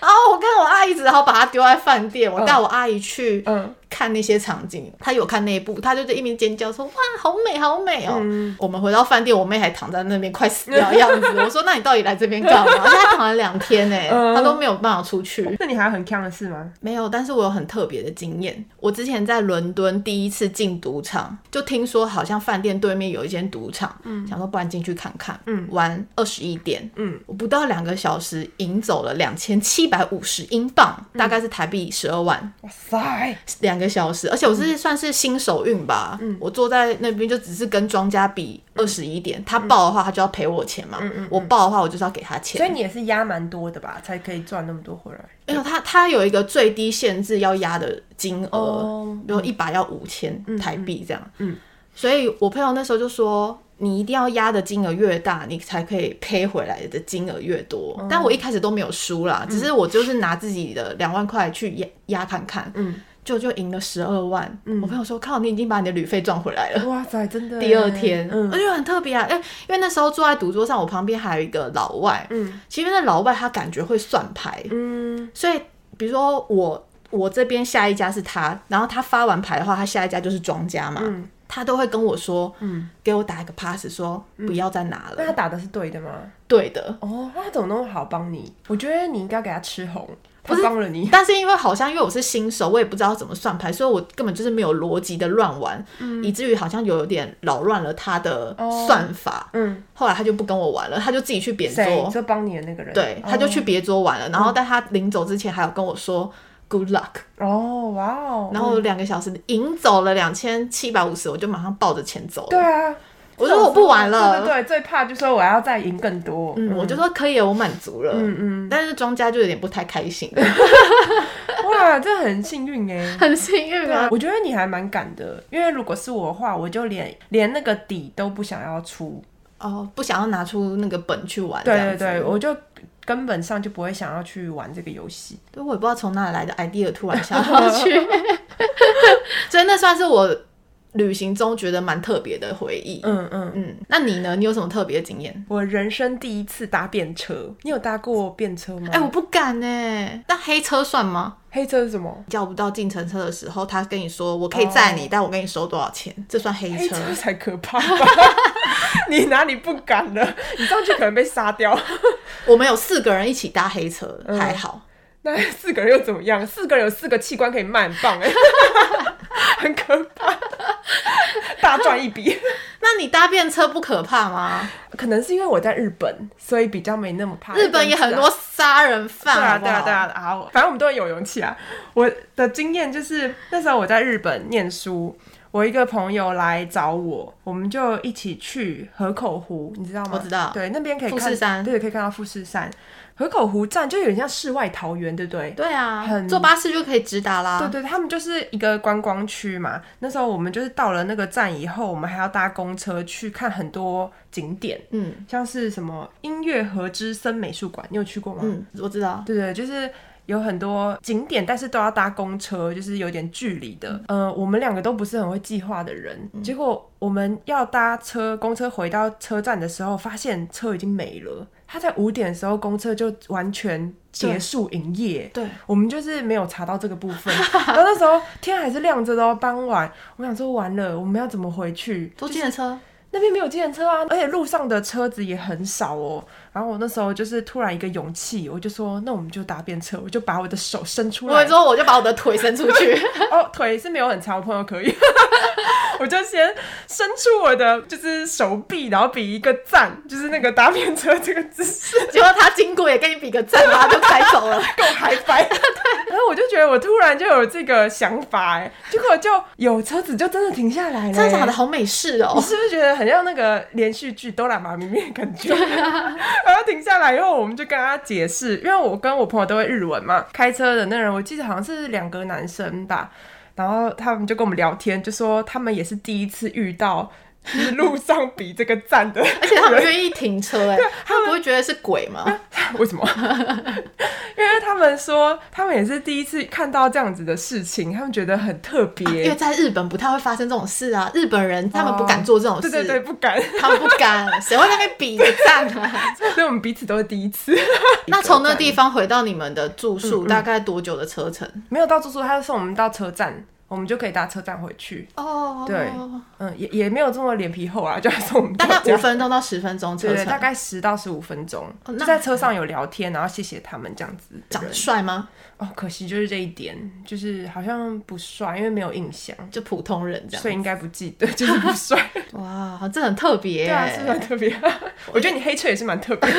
[SPEAKER 2] 后我跟我阿姨只好把她丢在饭店，我带我阿姨去，
[SPEAKER 1] 嗯
[SPEAKER 2] 看那些场景，她有看那一部，她就在一边尖叫说：“哇，好美，好美哦！”
[SPEAKER 1] 嗯
[SPEAKER 2] 我们回到饭店，我妹还躺在那边快死掉的样子。我说：“那你到底来这边干嘛？”她躺了两天呢、
[SPEAKER 1] 嗯
[SPEAKER 2] 她都没有办法出去。
[SPEAKER 1] 那你还有很强的事吗？
[SPEAKER 2] 没有，但是我有很特别的经验。我之前在伦敦第一次进赌场，就听说好像饭店对面有一间赌场，想说不然进去看看。嗯，玩二十一点，
[SPEAKER 1] 嗯，
[SPEAKER 2] 我不到两个小时赢走了两千七百五十英镑，
[SPEAKER 1] 嗯
[SPEAKER 2] 大概是台币十二万。
[SPEAKER 1] 哇塞，
[SPEAKER 2] 两个小时，而且我
[SPEAKER 1] 嗯
[SPEAKER 2] 是算是新手运吧，我坐在那边就只是跟庄家比二十一
[SPEAKER 1] 嗯
[SPEAKER 2] 点，他报的话他就要赔我钱嘛，我报的话我就是要给他
[SPEAKER 1] 所
[SPEAKER 2] 钱。
[SPEAKER 1] 以你也是压蛮多的吧，才可以赚那么多回来。
[SPEAKER 2] 没有他，他有一个最低限制要压的金额，
[SPEAKER 1] 哦
[SPEAKER 2] 比如一把要五千台币这样。
[SPEAKER 1] 嗯嗯
[SPEAKER 2] 所以我朋友那时候就说，你一定要压的金额越大，你才可以赔回来的金额越多。
[SPEAKER 1] 哦
[SPEAKER 2] 但我一开始都没有输啦，
[SPEAKER 1] 嗯
[SPEAKER 2] 只是我就是拿自己的两万块去压压看看，
[SPEAKER 1] 嗯
[SPEAKER 2] 就就赢了十二万。我朋友说，靠，你已经把你的旅费赚回来了。
[SPEAKER 1] 哇塞，真的耶。
[SPEAKER 2] 第二天，
[SPEAKER 1] 嗯
[SPEAKER 2] 我觉得很特别啊，因为因为那时候坐在赌桌上，我旁边还有一个老外，
[SPEAKER 1] 嗯
[SPEAKER 2] 其实那老外他感觉会算牌，
[SPEAKER 1] 嗯，
[SPEAKER 2] 所以比如说我我这边下一家是他，然后他发完牌的话，他下一家就是庄家嘛，
[SPEAKER 1] 嗯
[SPEAKER 2] 他都会跟我说，
[SPEAKER 1] 嗯
[SPEAKER 2] 给我打一个 pass，说不要再拿了。
[SPEAKER 1] 那他打的是对的吗？
[SPEAKER 2] 对的，
[SPEAKER 1] 哦，那他怎么那么好帮你？我觉得你应该给他吃红，
[SPEAKER 2] 不
[SPEAKER 1] 他
[SPEAKER 2] 是
[SPEAKER 1] 帮了 你。
[SPEAKER 2] 但是因为好像因为我是新手，我也不知道怎么算牌，所以我根本就是没有逻辑的乱玩，
[SPEAKER 1] 嗯
[SPEAKER 2] 以至于好像有点扰乱了他的算法。
[SPEAKER 1] 嗯，
[SPEAKER 2] 后来他就不跟我玩了，他就自己去扁
[SPEAKER 1] 谁
[SPEAKER 2] 桌。
[SPEAKER 1] 就帮你的那个人？
[SPEAKER 2] 对，
[SPEAKER 1] 哦
[SPEAKER 2] 他就去别桌玩了。然后，但他临走之前还有跟我说， Good luck，
[SPEAKER 1] 哦，哇哦，
[SPEAKER 2] 然后两个小时赢走了两千七百五十，我就马上抱着钱走了。
[SPEAKER 1] 对啊，
[SPEAKER 2] 我说我不玩了
[SPEAKER 1] 对对对，最怕就说我要再赢更多，
[SPEAKER 2] 嗯，我就说可以，我满足了。嗯嗯，但是庄家就有点不太开心，
[SPEAKER 1] 哇，这很幸运哎。
[SPEAKER 2] 很幸运
[SPEAKER 1] 对啊
[SPEAKER 2] 啊，。
[SPEAKER 1] 我觉得你还蛮敢的，因为如果是我的话，我就连连那个底都不想要出。
[SPEAKER 2] 哦，不想要拿出那个本去玩，
[SPEAKER 1] 对
[SPEAKER 2] 这样
[SPEAKER 1] 对
[SPEAKER 2] 子
[SPEAKER 1] 对，我就根本上就不会想要去玩这个游戏。
[SPEAKER 2] 对，我也不知道从哪里来的 idea，突然想 要去，所以那算是我旅行中觉得蛮特别的回忆。嗯
[SPEAKER 1] 嗯嗯，
[SPEAKER 2] 那你呢？你有什么特别的经验？
[SPEAKER 1] 我人生第一次搭便车，你有搭过便车吗？
[SPEAKER 2] 哎、我不敢呢、那黑车算吗？
[SPEAKER 1] 黑车是什么？
[SPEAKER 2] 叫不到计程车的时候，他跟你说我可以载你，但我跟你收多少钱？这算哦黑
[SPEAKER 1] 黑
[SPEAKER 2] 车？
[SPEAKER 1] 车才可怕吧！ 你哪里不敢了？你上去可能被杀掉。
[SPEAKER 2] 我们有四个人一起搭黑车，
[SPEAKER 1] 嗯
[SPEAKER 2] 还好。
[SPEAKER 1] 那四个人又怎么样？四个人有四个器官可以卖，很 棒哎，很可怕，大赚一笔。
[SPEAKER 2] 那你搭便车不可怕吗？
[SPEAKER 1] 可能是因为我在日本，所以比较没那么怕。
[SPEAKER 2] 日本也很
[SPEAKER 1] 啊
[SPEAKER 2] 多杀人犯，
[SPEAKER 1] 对啊，
[SPEAKER 2] 好不
[SPEAKER 1] 对
[SPEAKER 2] 好
[SPEAKER 1] 啊，对啊，啊！我反正我们都很有勇气啊。我的经验就是那时候我在日本念书，啊我一个朋友来找我，我们就一起去河口湖，你知道吗？
[SPEAKER 2] 我知道
[SPEAKER 1] 对，那边可以看
[SPEAKER 2] 富士山
[SPEAKER 1] 对，可以看到富士山。河口湖站就有点像世外桃源，对不对？
[SPEAKER 2] 对啊，
[SPEAKER 1] 很
[SPEAKER 2] 坐巴士就可以直达啦。
[SPEAKER 1] 对对，他们就是一个观光区嘛。那时候我们就是到了那个站以后，我们还要搭公车去看很多景点，
[SPEAKER 2] 嗯
[SPEAKER 1] 像是什么音乐和之森美术馆，你有去过吗？
[SPEAKER 2] 嗯，我知道。
[SPEAKER 1] 对对，就是有很多景点，但是都要搭公车，就是有点距离的。
[SPEAKER 2] 嗯
[SPEAKER 1] 呃，我们两个都不是很会计划的人，结果我们要搭车公车回到车站的时候，发现车已经没了。他在五点的时候，公车就完全结束营业。
[SPEAKER 2] 对，
[SPEAKER 1] 我们就是没有查到这个部分。 然后那时候天还是亮着的哦，傍晚，我想说完了，我们要怎么回去？
[SPEAKER 2] 坐计程车，
[SPEAKER 1] 那边没有计程车啊，而且路上的车子也很少哦。然后我那时候就是突然一个勇气，我就说，那我们就搭便车，我就把我的手伸出
[SPEAKER 2] 我
[SPEAKER 1] 来
[SPEAKER 2] 之，后我就把我的腿伸出去，
[SPEAKER 1] 哦，腿是没有很长，我朋友可以， 我就先伸出我的就是手臂，然后比一个赞，就是那个搭便车这个姿势，
[SPEAKER 2] 结果他经过也跟你比个赞，然后就开 走了。哎
[SPEAKER 1] 够嗨 翻。然后我就觉得我突然就有这个想法，哎，结果就有车子就真的停下来了，
[SPEAKER 2] 真的假的？好美式
[SPEAKER 1] 你
[SPEAKER 2] 哦！
[SPEAKER 1] 是不是觉得很像那个连续剧《哆啦 A 咪咪》的感觉？
[SPEAKER 2] 啊
[SPEAKER 1] 然后停下来以后，我们就跟他解释，因为我跟我朋友都会日文嘛，开车的那人我记得好像是两个男生吧，然后他们就跟我们聊天，就说他们也是第一次遇到。就是路上比这个站的，
[SPEAKER 2] 而且他们愿意停车，哎，他们不会觉得是鬼吗？
[SPEAKER 1] 为什么？因为他们说他们也是第一次看到这样子的事情，他们觉得很特
[SPEAKER 2] 因为
[SPEAKER 1] 别。
[SPEAKER 2] 在日本不太会发生这种事啊，日本人他们不敢啊做这种
[SPEAKER 1] 对对对，
[SPEAKER 2] 事，
[SPEAKER 1] 不敢，
[SPEAKER 2] 他们不敢，谁会在那边比个赞啊？
[SPEAKER 1] 所以我们彼此都是第一嗯次。
[SPEAKER 2] 那 从那地方回到你们的住宿，大概多久的车程？
[SPEAKER 1] 没有到住宿，他就送我们到车站，我们就可以搭车站回去。
[SPEAKER 2] 哦，
[SPEAKER 1] 对，嗯，也也没有这么脸皮厚啊， 就送我们
[SPEAKER 2] 大
[SPEAKER 1] 到
[SPEAKER 2] 概
[SPEAKER 1] 家
[SPEAKER 2] 五。分钟到十分钟
[SPEAKER 1] 对
[SPEAKER 2] 车
[SPEAKER 1] 对，大
[SPEAKER 2] 程。
[SPEAKER 1] 概十到十五分钟，
[SPEAKER 2] 哦那
[SPEAKER 1] 就在车上有聊天，然后谢谢他们这样子。
[SPEAKER 2] 长得帅吗？
[SPEAKER 1] 哦，可惜就是这一点，就是好像不帅，因为没有印象，
[SPEAKER 2] 就普通人这
[SPEAKER 1] 所以
[SPEAKER 2] 样。
[SPEAKER 1] 应该不记得， 就是不 帅。
[SPEAKER 2] 哇，这很特别耶。
[SPEAKER 1] 对啊，是不是很特 别？我觉得你黑车也是蛮特别的。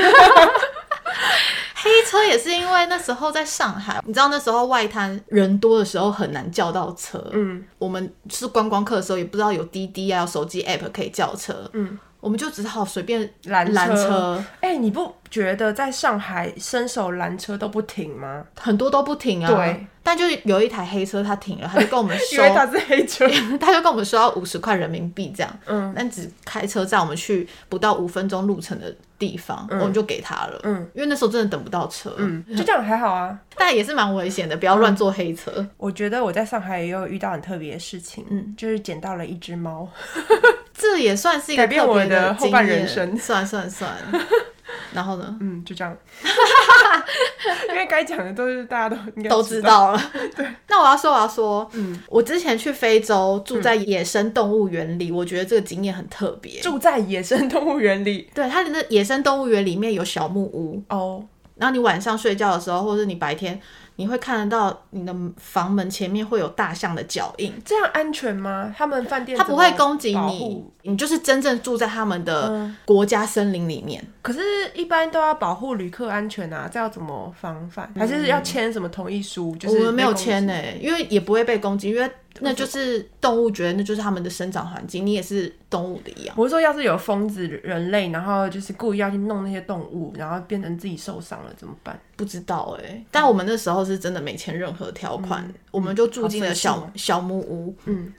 [SPEAKER 2] 黑车也是因为那时候在上海，你知道那时候外滩人多的时候很难叫到车。嗯，我们是观光客的时候也不知道有滴滴啊，有手机 app 可以叫车。嗯，我们就只好随便
[SPEAKER 1] 拦
[SPEAKER 2] 拦
[SPEAKER 1] 车哎、你不觉得在上海伸手拦车都不停吗？
[SPEAKER 2] 很多都不停啊。
[SPEAKER 1] 对，
[SPEAKER 2] 但就有一台黑车，它停了，它就跟 我们
[SPEAKER 1] 因
[SPEAKER 2] 收，
[SPEAKER 1] 为他是黑 车。
[SPEAKER 2] 它就跟我们收要五十块人民币这样。嗯，但只开车载我们去不到五分钟路程的地方，我们就给他了。嗯，因为那时候真的等不到车。嗯，
[SPEAKER 1] 嗯，就这样还好啊。
[SPEAKER 2] 但也是蛮危险的，不要乱坐黑车。
[SPEAKER 1] 我觉得我在上海也有遇到很特别的事情，嗯，就是捡到了一只 猫。
[SPEAKER 2] 这也算是一个
[SPEAKER 1] 改变
[SPEAKER 2] 特别
[SPEAKER 1] 我的
[SPEAKER 2] 经
[SPEAKER 1] 后半人
[SPEAKER 2] 验
[SPEAKER 1] 生
[SPEAKER 2] 算 算算。然后呢，
[SPEAKER 1] 嗯，就这样。 因为该讲的都是大家都应该
[SPEAKER 2] 都知。道了。 对，那我要说，我要说，嗯，我之前去非洲住在
[SPEAKER 1] 嗯
[SPEAKER 2] 野生动物园里，我觉得这个经验很特别。
[SPEAKER 1] 住在野生动物园里
[SPEAKER 2] 对，它的那野生动物园里面有小木屋，
[SPEAKER 1] 哦，
[SPEAKER 2] 然后你晚上睡觉的时候，或者是你白天，你会看得到你的房门前面会有大象的脚印。
[SPEAKER 1] 这样安全吗？他们饭店
[SPEAKER 2] 它不会攻
[SPEAKER 1] 怎
[SPEAKER 2] 击
[SPEAKER 1] 么保
[SPEAKER 2] 你
[SPEAKER 1] 护，，
[SPEAKER 2] 你就是真正住在他们的
[SPEAKER 1] 嗯
[SPEAKER 2] 国家森林里面。
[SPEAKER 1] 可是，一般都要保护旅客安全啊，这要怎么防范？还是要签什么同意书？就是
[SPEAKER 2] 嗯我们没有
[SPEAKER 1] 被攻击
[SPEAKER 2] 签呢、欸因为也不会被攻击，因为那就是动物觉得那就是他们的生长环境，你也是动物的一样。
[SPEAKER 1] 我是说，要是有疯子人类，然后就是故意要去弄那些动物，然后变成自己受伤了，怎么办？
[SPEAKER 2] 不知道哎、但我们那时候是真的没签任何条款，我们就住进了
[SPEAKER 1] 嗯好
[SPEAKER 2] 小
[SPEAKER 1] 神哦
[SPEAKER 2] 小木屋，
[SPEAKER 1] 嗯，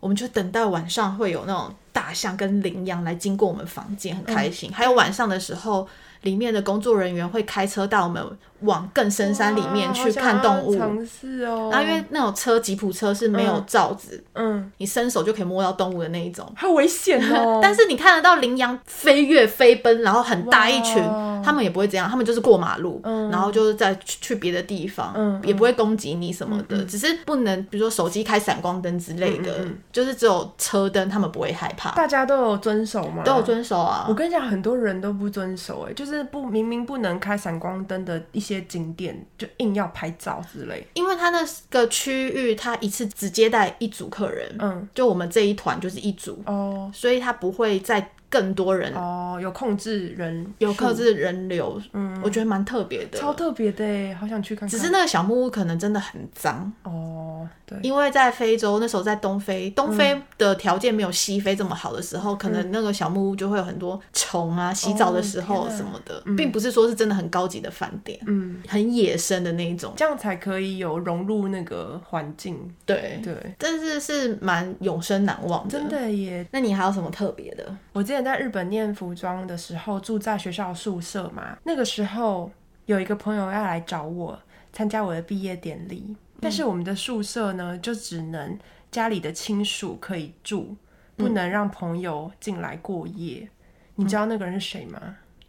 [SPEAKER 2] 我们就等待晚上会有那种大象跟羚羊来经过我们房间，很开
[SPEAKER 1] 嗯
[SPEAKER 2] 心。还有晚上的时候，里面的工作人员会开车带我们往更深山里面
[SPEAKER 1] 哇
[SPEAKER 2] 去看动
[SPEAKER 1] 啊好
[SPEAKER 2] 物。
[SPEAKER 1] 想要尝试哦。
[SPEAKER 2] 然后因为那种车吉普车是没有罩子，
[SPEAKER 1] 嗯，
[SPEAKER 2] 你伸手就可以摸到动物的那一种。。
[SPEAKER 1] 好危险哦
[SPEAKER 2] 但是你看得到羚羊飞跃飞奔，然后很大一群
[SPEAKER 1] 哇，
[SPEAKER 2] 他们也不会这样，他们就是过马路，
[SPEAKER 1] 嗯
[SPEAKER 2] 然后就是再去去别的地方，
[SPEAKER 1] 嗯
[SPEAKER 2] 也不会攻击你什么的，只是不能比如说手机开闪光灯之类的，
[SPEAKER 1] 嗯嗯
[SPEAKER 2] 就是只有车灯，他们不会害怕，
[SPEAKER 1] 大家都有遵守吗？
[SPEAKER 2] 都有。遵守啊
[SPEAKER 1] 我。跟你讲，很多人都不遵守、哎，就是不明明不能开闪光灯的一些景点，就硬要拍照之类。
[SPEAKER 2] 因为他那个区域，他一次只接待一组客人，
[SPEAKER 1] 嗯，
[SPEAKER 2] 就我们这一团就是一组，
[SPEAKER 1] 哦
[SPEAKER 2] 所以他不会再更多人。
[SPEAKER 1] 哦，有控制人
[SPEAKER 2] 游
[SPEAKER 1] 数
[SPEAKER 2] 客制人流，我觉得蛮特别的。
[SPEAKER 1] 嗯超特别的耶，好想去看看。
[SPEAKER 2] 只是那个小木屋可能真的很脏，
[SPEAKER 1] 哦，对，
[SPEAKER 2] 因为在非洲那时候在东非，东非的条件没有西非这么好的时候，可能那个小木屋就会有很多虫啊，洗澡的时候
[SPEAKER 1] 天啊
[SPEAKER 2] 什么的，并不是说是真的很高级的饭店，
[SPEAKER 1] 嗯，
[SPEAKER 2] 很野生的那一种。
[SPEAKER 1] 这样才可以有融入那个环境。
[SPEAKER 2] 对，
[SPEAKER 1] 对，
[SPEAKER 2] 但是是蛮永生难忘的。
[SPEAKER 1] 真的耶！
[SPEAKER 2] 那你还有什么特别的？
[SPEAKER 1] 我之前在日本念服装的时候，住在学校宿舍嘛，那个时候有一个朋友要来找我参加我的毕业典礼，但是我们的宿舍呢，就只能家里的亲属可以住，不能让朋友进来过夜。你知道那个人是谁吗？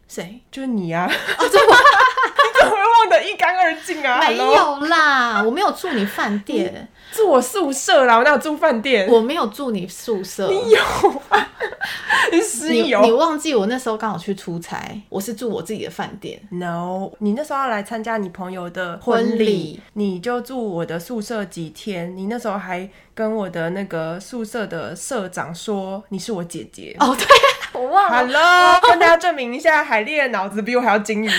[SPEAKER 2] 谁？
[SPEAKER 1] 嗯就是你啊！ 你怎么会忘得一干二净啊？
[SPEAKER 2] 没
[SPEAKER 1] Hello？
[SPEAKER 2] 有啦，我没有住你 饭店，
[SPEAKER 1] 住我宿舍啦，我哪有住饭店？
[SPEAKER 2] 我没有住你宿舍。
[SPEAKER 1] 有啊，你失
[SPEAKER 2] 你
[SPEAKER 1] 忆
[SPEAKER 2] 你
[SPEAKER 1] 哦。
[SPEAKER 2] 忘记我那时候刚好去出差，我是住我自己的饭店。
[SPEAKER 1] No，你那时候要来参加你朋友的
[SPEAKER 2] 婚
[SPEAKER 1] 婚礼
[SPEAKER 2] 礼，
[SPEAKER 1] 你就住我的宿舍几天。你那时候还跟我的那个宿舍的社长说你是我姐姐。
[SPEAKER 2] 哦，对， 我忘
[SPEAKER 1] Hello，跟大家证明一下，海丽的脑子比我还要精 于，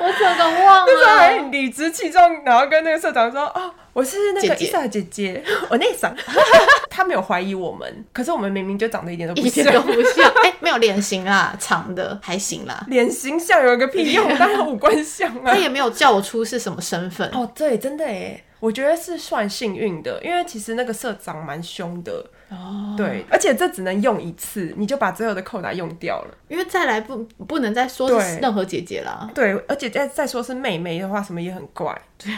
[SPEAKER 2] 我整个 忘
[SPEAKER 1] 那时候还
[SPEAKER 2] 了。
[SPEAKER 1] 很理直气壮，然后跟那个社长说：“哦，我是那个
[SPEAKER 2] 姐姐
[SPEAKER 1] 伊莎姐 姐，我那啥。” 他没有怀疑我们，可是我们明明就长得一点都不
[SPEAKER 2] 一点
[SPEAKER 1] 像
[SPEAKER 2] 都。不像，哎、没有脸型啦，长的还行啦。
[SPEAKER 1] 脸型像有一个屁 用，当然五官像啊
[SPEAKER 2] 他。也没有叫我出是什么身 份，
[SPEAKER 1] 哦，对，真的诶，我觉得是算幸运的，因为其实那个社长蛮凶的。哦，对，而且这只能用一次，你就把所有的扣打用掉了。
[SPEAKER 2] 因为再来不不能再说是
[SPEAKER 1] 对
[SPEAKER 2] 任何姐姐啦。
[SPEAKER 1] 对，而且再再说是妹妹的话，什么也很怪，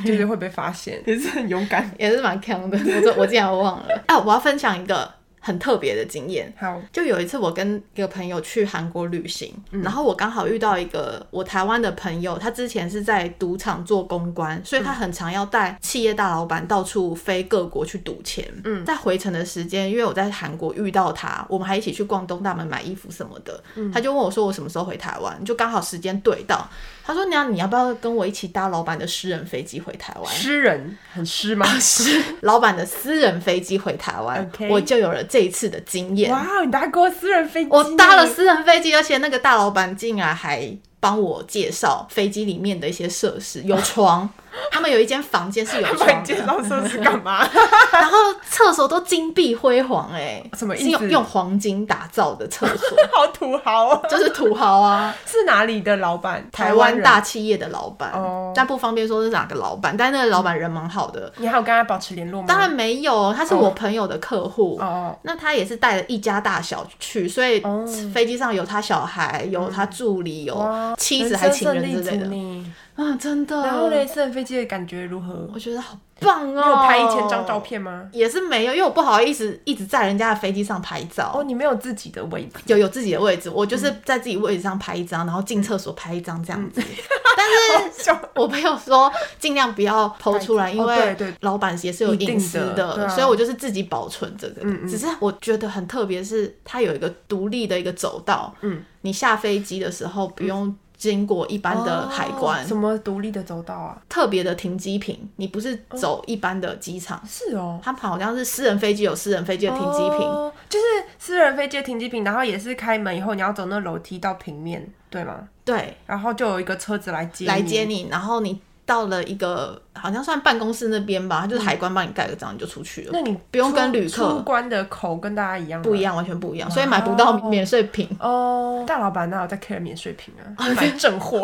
[SPEAKER 1] 就是会被发现，也是很勇敢。
[SPEAKER 2] 也是蛮强的，我这我竟然忘了。 啊，我要分享一个很特别的经验。
[SPEAKER 1] 好，
[SPEAKER 2] 就有一次，我跟一个朋友去韩国旅行，
[SPEAKER 1] 嗯
[SPEAKER 2] 然后我刚好遇到一个我台湾的朋友，他之前是在赌场做公关，所以他很常要带企业大老板到处飞各国去赌钱。嗯，在回程的时间，因为我在韩国遇到他，我们还一起去逛东大门买衣服什么的，
[SPEAKER 1] 嗯
[SPEAKER 2] 他就问我说我什么时候回台湾，就刚好时间对到。他说：“娘，你要不要跟我一起搭老板的私人飞机回台 湾？”
[SPEAKER 1] 诗人很诗吗？
[SPEAKER 2] 是老板的私人飞机回台湾
[SPEAKER 1] OK
[SPEAKER 2] 我就有了这一次的经验。
[SPEAKER 1] 哇，哦你搭过私人飞机呢？
[SPEAKER 2] 我搭了私人飞机，而且那个大老板竟然还帮我介绍飞机里面的一些设施，有床，他们有一间房间是有
[SPEAKER 1] 把你
[SPEAKER 2] 床
[SPEAKER 1] 介
[SPEAKER 2] 的，
[SPEAKER 1] 绍设施干嘛？
[SPEAKER 2] 然后厕所都金碧辉煌、哎，
[SPEAKER 1] 什么意思
[SPEAKER 2] 是用用黄金打造的厕所，
[SPEAKER 1] 好土豪哦！
[SPEAKER 2] 就是土豪啊。
[SPEAKER 1] 是哪里的老板？
[SPEAKER 2] 台
[SPEAKER 1] 湾
[SPEAKER 2] 湾
[SPEAKER 1] 人
[SPEAKER 2] 大。企业的老板
[SPEAKER 1] 哦
[SPEAKER 2] 但不方便说是哪个老板，但那个老板人蛮好的。
[SPEAKER 1] 你还有跟他保持联络吗？
[SPEAKER 2] 当然没有，他是
[SPEAKER 1] 哦
[SPEAKER 2] 我朋友的客户
[SPEAKER 1] 哦哦，
[SPEAKER 2] 那他也是带了一家大小去，所以
[SPEAKER 1] 哦
[SPEAKER 2] 飞机上有他小孩，有他助理，有
[SPEAKER 1] 哇
[SPEAKER 2] 妻子还情人之
[SPEAKER 1] 人生
[SPEAKER 2] 类
[SPEAKER 1] 胜利组
[SPEAKER 2] 的。
[SPEAKER 1] 呢
[SPEAKER 2] 啊，真的。
[SPEAKER 1] 然后嘞，私人飞机的感觉如何？
[SPEAKER 2] 我觉得好棒哦！
[SPEAKER 1] 你有拍一千张照？片吗？
[SPEAKER 2] 也是没有，因为我不好意思一直在人家的飞机上拍照。
[SPEAKER 1] 哦，你嗯没有自己的位置，
[SPEAKER 2] 有有自己的位置，我就是在自己位置上拍一张，然后进厕所拍一张
[SPEAKER 1] 嗯
[SPEAKER 2] 这样子。但是我朋友说尽量不要剖出来，
[SPEAKER 1] 拍
[SPEAKER 2] 因
[SPEAKER 1] 照哦
[SPEAKER 2] 为
[SPEAKER 1] 对对
[SPEAKER 2] 老板也是有隐私
[SPEAKER 1] 一定的对啊嗯
[SPEAKER 2] 所以我就是自己保存着的。只是我觉得很特别，是它有一个独立的一个走道，
[SPEAKER 1] 嗯，
[SPEAKER 2] 你下飞机的时候不用经过一般 的海关，
[SPEAKER 1] 哦什么独立的走道啊？
[SPEAKER 2] 特别的停机坪，你不是
[SPEAKER 1] 哦
[SPEAKER 2] 走一般的机场。
[SPEAKER 1] 是哦，
[SPEAKER 2] 它好像是私人飞机有私人飞机的停机坪，
[SPEAKER 1] 哦就是私人飞机的停机坪，然后也是开门以后你要走那楼梯到平面，对吗？
[SPEAKER 2] 对，
[SPEAKER 1] 然后就有一个车子来接
[SPEAKER 2] 来
[SPEAKER 1] 你
[SPEAKER 2] 接你，然后你到了一个好像算办公室那边吧，它就是海关帮你盖个章，你就出去了，
[SPEAKER 1] 嗯那你
[SPEAKER 2] 不用
[SPEAKER 1] 出
[SPEAKER 2] 跟旅客
[SPEAKER 1] 出关的口跟大家一样吗
[SPEAKER 2] 不一样，完全不一样，所以买不到免税品，
[SPEAKER 1] 哦。大老板哪有在 care 免税 品啊？买正货，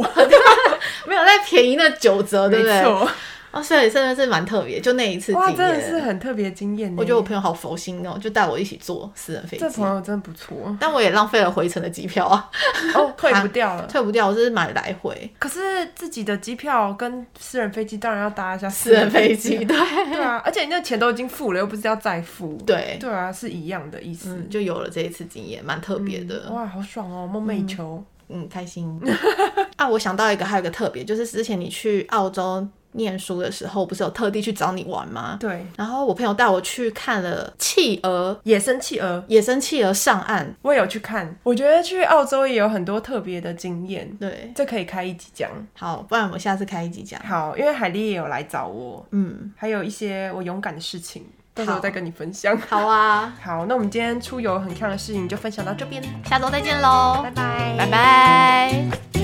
[SPEAKER 2] 没有再便宜那九折， 对
[SPEAKER 1] 没
[SPEAKER 2] 不对？
[SPEAKER 1] 错。
[SPEAKER 2] 哦，所以真的是蛮特别，就那一次
[SPEAKER 1] 哇，
[SPEAKER 2] 经
[SPEAKER 1] 真的是
[SPEAKER 2] 验。
[SPEAKER 1] 很特别的经验呢。欸
[SPEAKER 2] 我觉得我朋友好佛心哦，就带我一起坐私人飞
[SPEAKER 1] 这
[SPEAKER 2] 机
[SPEAKER 1] 朋，友真不错
[SPEAKER 2] 但我也浪费了回程的机 票啊，
[SPEAKER 1] 哦，退不掉了。
[SPEAKER 2] 退不掉，我是买来回
[SPEAKER 1] 可是自己的机票跟私人飞机当然要搭一下私
[SPEAKER 2] 私人飞
[SPEAKER 1] 啊。
[SPEAKER 2] 机，对
[SPEAKER 1] 对啊，而且你那钱都已经付了，又不是要再付。
[SPEAKER 2] 对，
[SPEAKER 1] 对啊，是一样的意思。
[SPEAKER 2] 嗯，就有了这一次经验，蛮特别的。
[SPEAKER 1] 哇，好爽哦，梦寐以求。
[SPEAKER 2] 嗯，开心。啊，我想到一个，还有一个特别，就是之前你去澳洲念书的时候，不是有特地去找你玩吗？
[SPEAKER 1] 对，
[SPEAKER 2] 然后我朋友带我去看了企鹅，
[SPEAKER 1] 野生企鹅
[SPEAKER 2] 野生企鹅上岸。
[SPEAKER 1] 我也有去看，我觉得去澳洲也有很多特别的经验，
[SPEAKER 2] 对，
[SPEAKER 1] 这可以开一集讲。
[SPEAKER 2] 好，不然我们下次开一集讲。
[SPEAKER 1] 好，因为海丽也有来找我，
[SPEAKER 2] 嗯，
[SPEAKER 1] 还有一些我勇敢的事情，到时候再跟你分享。
[SPEAKER 2] 好啊，
[SPEAKER 1] 好，那我们今天出游很看的事情就分享到这边，
[SPEAKER 2] 下周再见喽，
[SPEAKER 1] 拜拜，
[SPEAKER 2] 拜拜